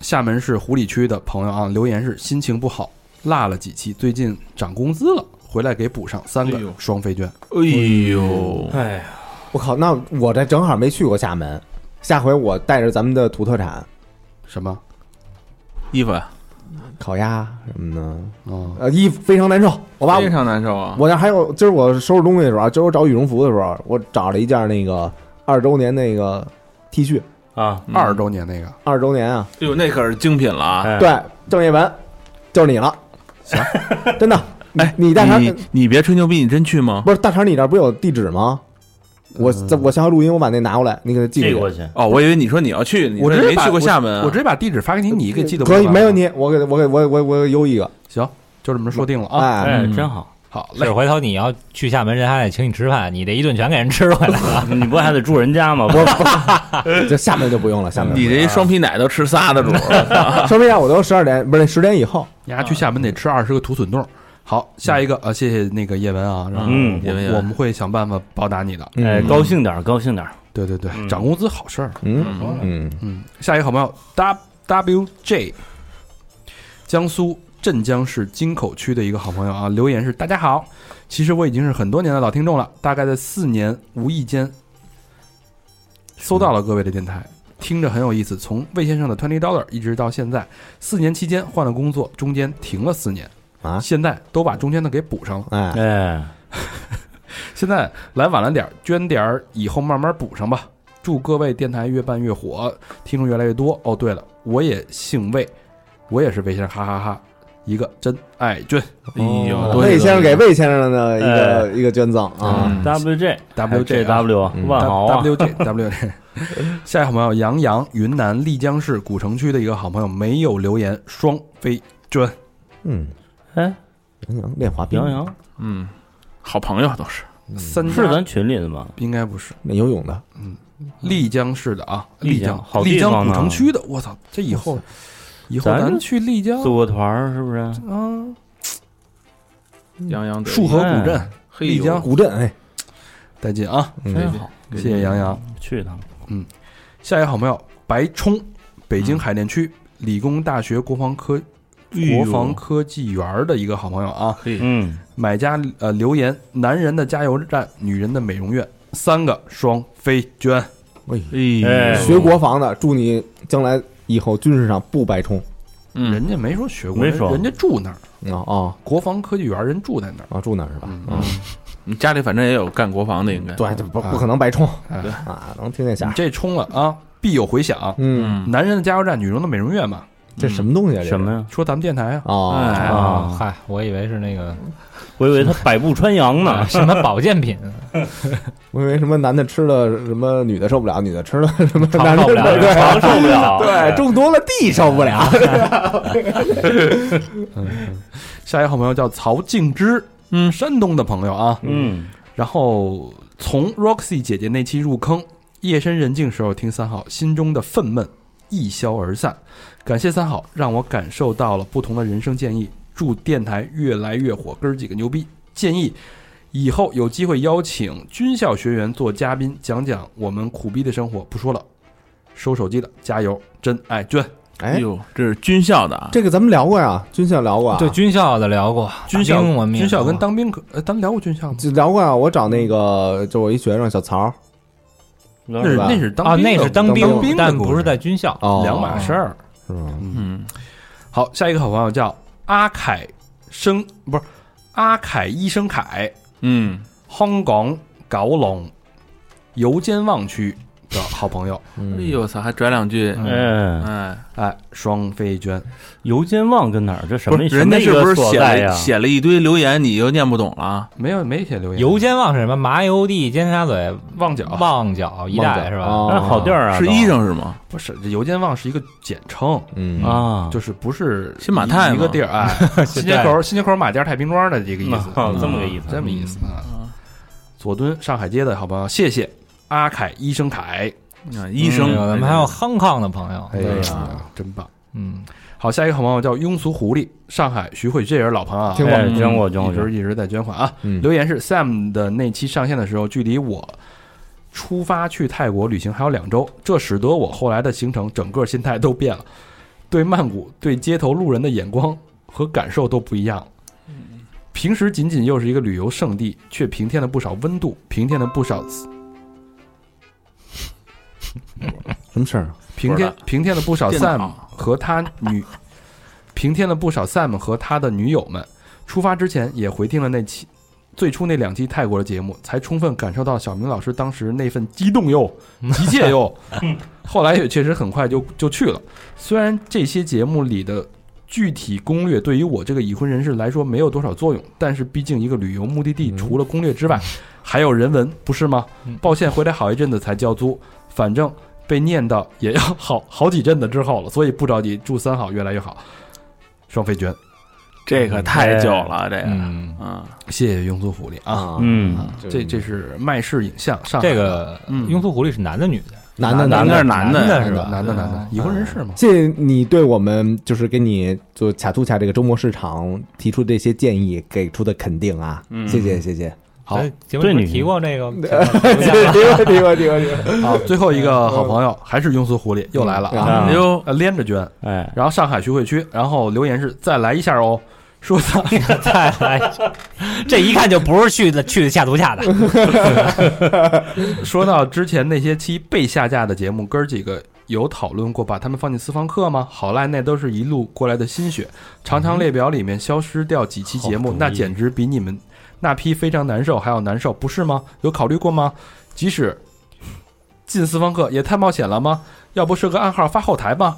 S2: 厦门市湖里区的朋友啊，留言是心情不好，落了几期，最近涨工资了，回来给补上三
S6: 哎
S2: 个
S6: 呦
S2: 双飞券。
S6: 哎呦，
S5: 哎，
S4: 我靠，那我这正好没去过厦门，下回我带着咱们的土特产
S2: 什么？
S6: 衣服啊呀
S4: 烤鸭什么的，
S2: 嗯，
S4: 呃，衣服非常难受。我把
S6: 非常难受啊。
S4: 我那还有，今儿我收拾东西的时候啊，今儿我找羽绒服的时候，我找了一件那个二周年那个 T 恤，
S5: 啊，
S6: 嗯
S2: 二十，周年那个，
S4: 二周年啊，
S6: 哎呦，那可是精品了啊！
S5: 哎，
S4: 对，郑业文就是你了，
S2: 行，
S4: 真的，
S6: 哎，
S4: 你大肠
S6: 你你别吹牛逼，你真去吗？
S4: 不是大肠，你这儿不是有地址吗？我在我下回录音，我把那拿过来，你给他寄
S5: 这
S4: 给
S5: 个我
S4: 我。
S5: 去，
S6: 哦，我以为你说你要去，你
S2: 我直
S6: 这
S2: 接
S6: 没
S2: 把
S6: 去过
S2: 我
S6: 厦门啊，
S2: 我直接把地址发给你，你给记得
S4: 可以，
S2: 过来
S4: 没问。题。我给我给我我我邮一个
S2: 行，就这么说定了啊。
S4: 哎，
S5: 哎，
S6: 嗯
S5: 真好，
S2: 好嘞
S7: 是，回头你要去厦门，人还得请你吃饭，你这一顿全给人吃回来了。
S5: 你不还得住人家吗？不，
S4: 这下面就不用了，下面
S6: 你这一双皮奶都吃仨的主儿，
S4: 说明啊我都十二点，不是十点以后。
S2: 你丫去厦门得吃二十个土笋冻。好，下一个啊，谢谢那个叶文啊，然后
S5: 嗯
S6: 嗯叶文叶
S2: 我
S6: 文
S2: 我们会想办法报答你的。
S5: 哎，
S6: 嗯
S5: 高兴点儿，高兴点儿，
S2: 对对对，
S5: 嗯
S2: 涨工资好事儿。
S4: 嗯嗯，
S2: 嗯，下一个好朋友 W W J，江苏镇江市金口区的一个好朋友啊，留言是：大家好，其实我已经是很多年的老听众了，大概在四年无意间搜到了各位的电台。听着很有意思，从魏先生的 Twenty Dollar 一直到现在，四年期间换了工作，中间停了四年
S4: 啊
S2: 现在都把中间的给补上了。
S4: 哎，
S5: 哎，
S2: 现在来晚了点儿，捐点儿，以后慢慢补上吧。祝各位电台越办越火，听众越来越多。哦，对了，我也姓魏，我也是魏先生，哈哈哈一个真爱俊
S6: 哎
S5: 哦
S6: 呦，多谢
S4: 魏先生给魏先生的一个一个捐赠啊，
S5: WJ
S2: WJ 啊
S5: W
S4: 嗯
S5: 万豪啊，
S2: W J W J。下一个好朋友杨洋，云南丽江市古城区的一个好朋友，没有留言，双飞捐。
S4: 嗯，
S5: 哎，
S4: 杨洋练滑冰
S5: 杨，洋
S6: 嗯，好朋友都是，
S2: 三
S5: 是
S2: 家
S5: 咱群里的吗？
S2: 应该不是
S4: 那游泳的，
S2: 丽江市的啊，
S5: 丽
S2: 丽
S5: 江
S2: 江
S5: 好地
S2: 丽江
S5: 方啊
S2: 古
S5: 呢
S2: 城区的。我操，这以后以后
S5: 咱
S2: 咱去丽江
S5: 组个团儿是不是？
S2: 啊，
S6: 杨洋得意
S2: 束河古镇。
S6: 嘿
S2: 丽
S6: 呦
S2: 江
S4: 古镇哎，
S2: 再见啊！
S5: 真
S4: 嗯，
S5: 好，
S2: 谢谢杨洋。嗯
S5: 去一趟。
S2: 下一个好朋友白冲，北京海淀区理工大学国防科国防科技园的一个好朋友啊，
S5: 嗯，
S2: 买家呃留言：男人的加油站，女人的美容院，三个双飞娟。
S5: 哎
S6: 哎，
S4: 学国防的，祝你将来以后军事上不白冲
S6: 嗯，
S2: 人家没说学过，
S5: 没说
S2: 人家住那儿，
S4: 啊啊
S2: 国防科技园人住在那儿。
S4: 啊，住那儿是吧？
S2: 嗯
S4: 啊，
S6: 你家里反正也有干国防的，应该
S4: 对，就不不可能白冲
S2: 啊
S4: 啊，能听见响
S2: 你。这冲了啊，必有回响。
S4: 嗯，
S2: 男人的加油站，女人的美容院嘛，
S4: 这什么东西啊？这是
S5: 什么呀？
S2: 说咱们电台 啊，
S4: 哦，
S5: 哎
S3: 啊，
S5: 啊，
S3: 嗨，我以为是那个
S5: 我以为他百步穿 杨呢
S3: 啊。什么保健品，
S4: 我以为什么男的吃了什么，女的受不了，女的吃了什么，
S3: 尝
S4: 男的
S3: 受不了
S4: 对
S5: 床受不 了，
S2: 哎
S4: 对，中多了地受不了。
S2: 下一个好朋友叫曹静之，嗯，山东的朋友啊，
S5: 嗯，
S2: 然后从 Roxy 姐姐那期入坑，夜深人静时候听三好，心中的愤懑一消而散。感谢三好，让我感受到了不同的人生建议。祝电台越来越火，哥儿几个牛逼！建议以后有机会邀请军校学员做嘉宾，讲讲我们苦逼的生活。不说了，收手机了，加油！真爱娟，
S6: 哎
S4: 哎，
S6: 呦，这是军校的啊，
S4: 这个咱们聊过呀，军校聊过啊，
S7: 对军校的聊过，
S2: 军
S7: 打
S2: 校
S7: 兵我们也
S2: 军校
S7: 聊过
S2: 跟当兵可，呃，咱们聊过军校吗？
S4: 就聊过啊。我找那个，就我一学生小曹，
S5: 那
S2: 那是
S4: 吧
S2: 那是当
S7: 啊，
S2: 兵的
S7: 那是当
S4: 当
S2: 兵的
S7: 但
S2: 故
S7: 不
S2: 事
S7: 是在军校。
S4: 哦，
S2: 两码事儿。
S4: 是吗？
S6: 嗯，
S2: 好，下一个好朋友叫阿凯生，不是阿凯医生凯，
S6: 嗯，
S2: 香港九龙油尖旺区的好朋友，
S4: 嗯
S6: 哎呦我操，还拽两句，
S5: 嗯，
S6: 哎，
S2: 哎，双飞娟，
S5: 油尖旺跟哪儿？这什
S6: 不
S5: 么
S6: 是人家
S5: 什
S6: 是
S5: 么一
S6: 不
S5: 个
S6: 是
S5: 所
S6: 写
S5: 在呀
S6: 了？写了一堆留言，你又念不懂了？
S2: 没有没写留言，
S7: 油尖旺是什么？麻油地、尖沙咀、
S2: 旺角
S7: 旺角一带是吧？
S5: 那
S4: 哦，
S5: 好地，儿啊，
S6: 是
S5: 都
S6: 医生是吗？
S2: 不是这油尖旺是一个简称，
S4: 嗯，
S5: 啊，
S2: 就是不是
S6: 新马泰
S2: 一一个
S6: 吗
S2: 地儿啊，哎新街口新街口马家太平庄的这个意思，嗯
S5: 啊这么个意思
S2: 这么意思啊。左敦上海街的好朋友，谢谢阿凯医生凯，
S6: 啊，医
S7: 哎呦
S6: 生，
S7: 咱们还有香港的朋友，
S2: 哎
S4: 对
S2: 呀，真棒。
S7: 嗯，
S2: 好，下一个好朋友叫庸俗狐狸，上海徐汇，这也是老朋友啊，
S4: 听
S5: 哎
S6: 嗯
S5: 捐过捐过
S2: 一
S5: 捐过
S2: 直一直在捐款啊。
S4: 嗯
S2: 留言是 Sam 的那期上线的时候，距离我出发去泰国旅行还有两周，这使得我后来的行程整个心态都变了，对曼谷、对街头路人的眼光和感受都不一样了。平时仅仅又是一个旅游胜地，却平添了不少温度，平添了不少
S4: 什么事儿？啊
S2: 平添平添了不少
S6: 电脑
S2: Sam 和他女，平添了不少 Sam 和他的女友们。出发之前也回听了那期最初那两期泰国的节目，才充分感受到小明老师当时那份激动哟、急切哟。后来也确实很快就就去了。虽然这些节目里的具体攻略对于我这个已婚人士来说没有多少作用，但是毕竟一个旅游目的地
S4: 嗯
S2: 除了攻略之外，还有人文，不是吗
S7: 嗯？
S2: 抱歉，回来好一阵子才交租，反正被念叨也要好好几阵子之后了，所以不着急，祝三好越来越好。双飞娟，
S6: 这个太久了，这个，
S7: 嗯，
S6: 嗯，
S2: 谢谢庸俗狐狸啊，
S4: 啊
S5: 嗯，
S2: 这这是麦氏影像上海
S7: 这个
S6: 嗯
S7: 庸俗狐狸是男的女的？
S4: 男的
S6: 男
S4: 的嗯
S6: 的男
S7: 男
S6: 的，
S7: 的是吧？
S2: 男的男的已婚人士嘛，
S4: 谢谢你对我们就是给你就卡图卡这个周末市场提出这些建议给出的肯定啊，
S2: 嗯
S4: 谢谢谢谢。
S2: 好
S7: 咱哎节目里
S5: 对
S7: 不
S5: 女
S7: 是提过这 个，
S4: 问题问题问题。
S2: 啊，最后一个好朋友还是庸俗狐狸又来了啊，
S5: 啊
S6: 哎呦，
S2: 呃连着捐，
S5: 哎，
S2: 然后上海徐汇区，然后留言是再来一下哦，说 咱
S7: 再来，这一看就不是去的去的下毒下的，
S2: 说到之前那些期被下架的节目，哥儿几个有讨论过把他们放进私房课吗？好赖那都是一路过来的心血，长长列表里面消失掉几期节目，那简直比你们那批非常难受还要难受，不是吗？有考虑过吗？即使进私房课也太冒险了吗？要不设个暗号发后台吧？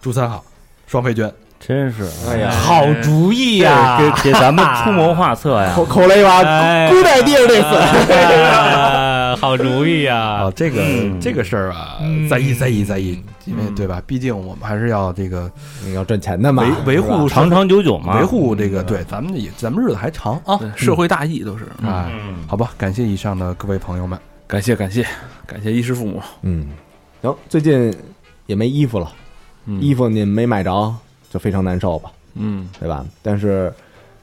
S2: 朱三好，双飞娟，
S5: 真是
S2: 啊
S4: 哎呀，
S7: 好主意啊呀！
S5: 给给咱们 出谋划策呀
S4: 口！口雷娃
S7: 哎
S4: ，Good idea 这次。
S7: 哎 好主意呀
S2: 啊，！这个、
S5: 嗯
S2: 这个事儿啊
S7: 嗯，
S2: 在意在意在意，因为
S6: 嗯
S2: 对吧？毕竟我们还是要这个
S4: 你要赚钱的嘛，
S2: 维维护
S5: 长长久久嘛，
S2: 维护这个，对，咱们也咱们日子还长啊
S6: 对嗯哦社会大义都是，嗯
S2: 啊！
S5: 嗯，
S2: 好吧，感谢以上的各位朋友们，
S6: 感谢感谢感谢衣食父母，
S4: 嗯，行，最近也没衣服了，
S6: 嗯
S4: 衣服你没买着就非常难受吧，
S6: 嗯
S4: 对吧？但是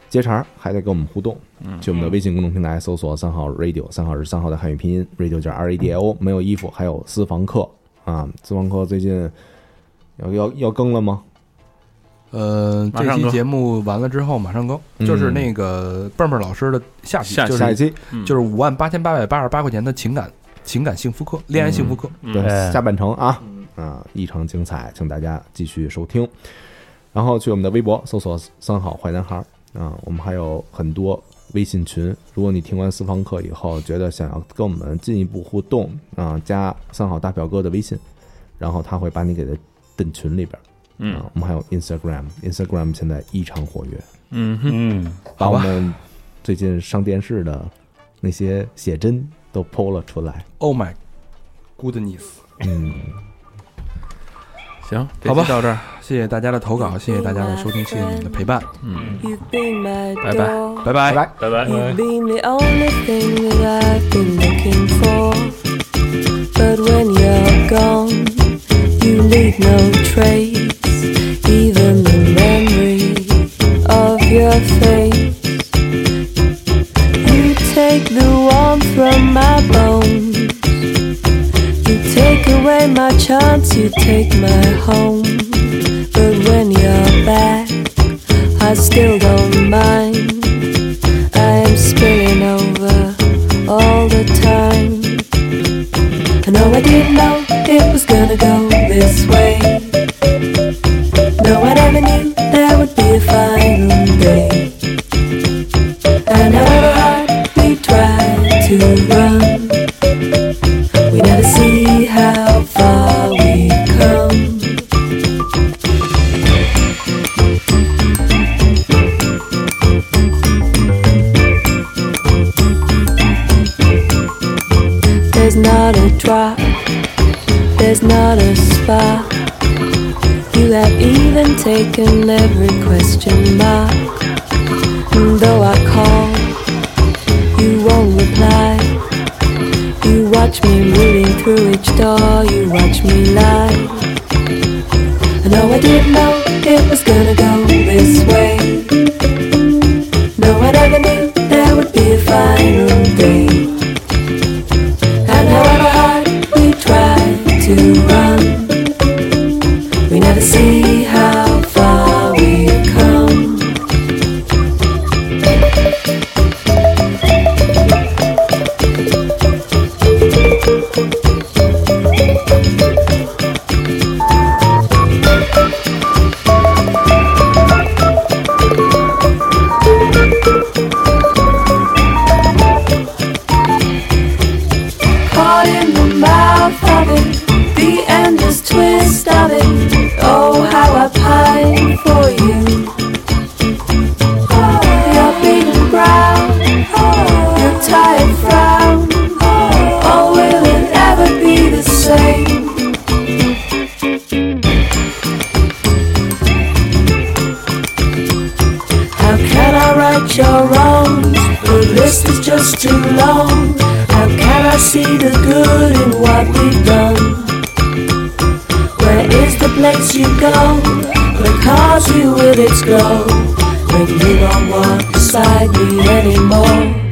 S4: 接茬儿还得跟我们互动，去我们的微信公众平台搜索“三号 radio”，三号是三号的汉语拼音，radio 就是 R A D I O，没有衣服，还有私房课啊，私房课最近要要要更了吗？
S2: 呃，
S6: 马
S2: 这
S6: 上
S2: 期
S6: 更
S2: 节目完了之后马上更，
S4: 嗯
S2: 就是那个蹦蹦老师的下集，
S6: 下集
S2: 就
S4: 下一
S2: 是
S4: 期
S6: 嗯
S2: 就是五万八千八百八十八块钱的情感情感幸福课，恋爱幸福课，
S6: 嗯
S4: 对
S5: 哎
S4: 下半程啊，啊，异常精彩，请大家继续收听，然后去我们的微博搜索“三好坏男孩”啊，我们还有很多微信群。如果你听完私房课以后，觉得想要跟我们进一步互动啊、加三好大表哥的微信，然后他会把你给他蹬群里边。
S6: 嗯
S4: 啊，我们还有 Instagram，Instagram 现在异常活跃，
S6: 嗯哼，
S5: 嗯，
S4: 把
S2: 好
S4: 我
S2: 吧
S4: 们最近上电视的那些写真都剖了出来。
S2: Oh my goodness！
S4: 嗯，
S6: 行，这
S2: 好吧
S6: 期到这儿，
S2: 谢谢大家的投稿，谢谢大家的收听，谢谢你们的陪伴，
S6: 嗯，
S8: You've been my
S6: 拜拜
S8: door.
S2: 拜拜。
S5: 拜拜。
S8: You've been the only thing that I've been looking for. But when you're gone, you leave no trace, even the memory of your face. You take the warmth from my bones. You take away my chance, you take my home. But when you're back, I still don't mind. I'm spilling over all the time. I know I didn't know it was gonna go this way. No one ever knew there would be a final day. I never had we tried to run. We never see how far we come. There's not a drop, there's not a spark. You have even taken every question mark. And Though I call, you won't reply. You watch me moving through each door, you watch me lie. I know I didn't know it was gonna go this way. No one ever knew there would be a final day. And however hard we try to run, we never see how far we've come. Caught in the mouth of it, the endless twist of it. Oh, how I pine for you. Your beaten brow, your tired frown. Oh, will it ever be the same? How can I right your wrongs? The list is just too long. How can I see the good in what we've done? Where is the place you go? The cause you with its glow. When you don't walk beside me anymore.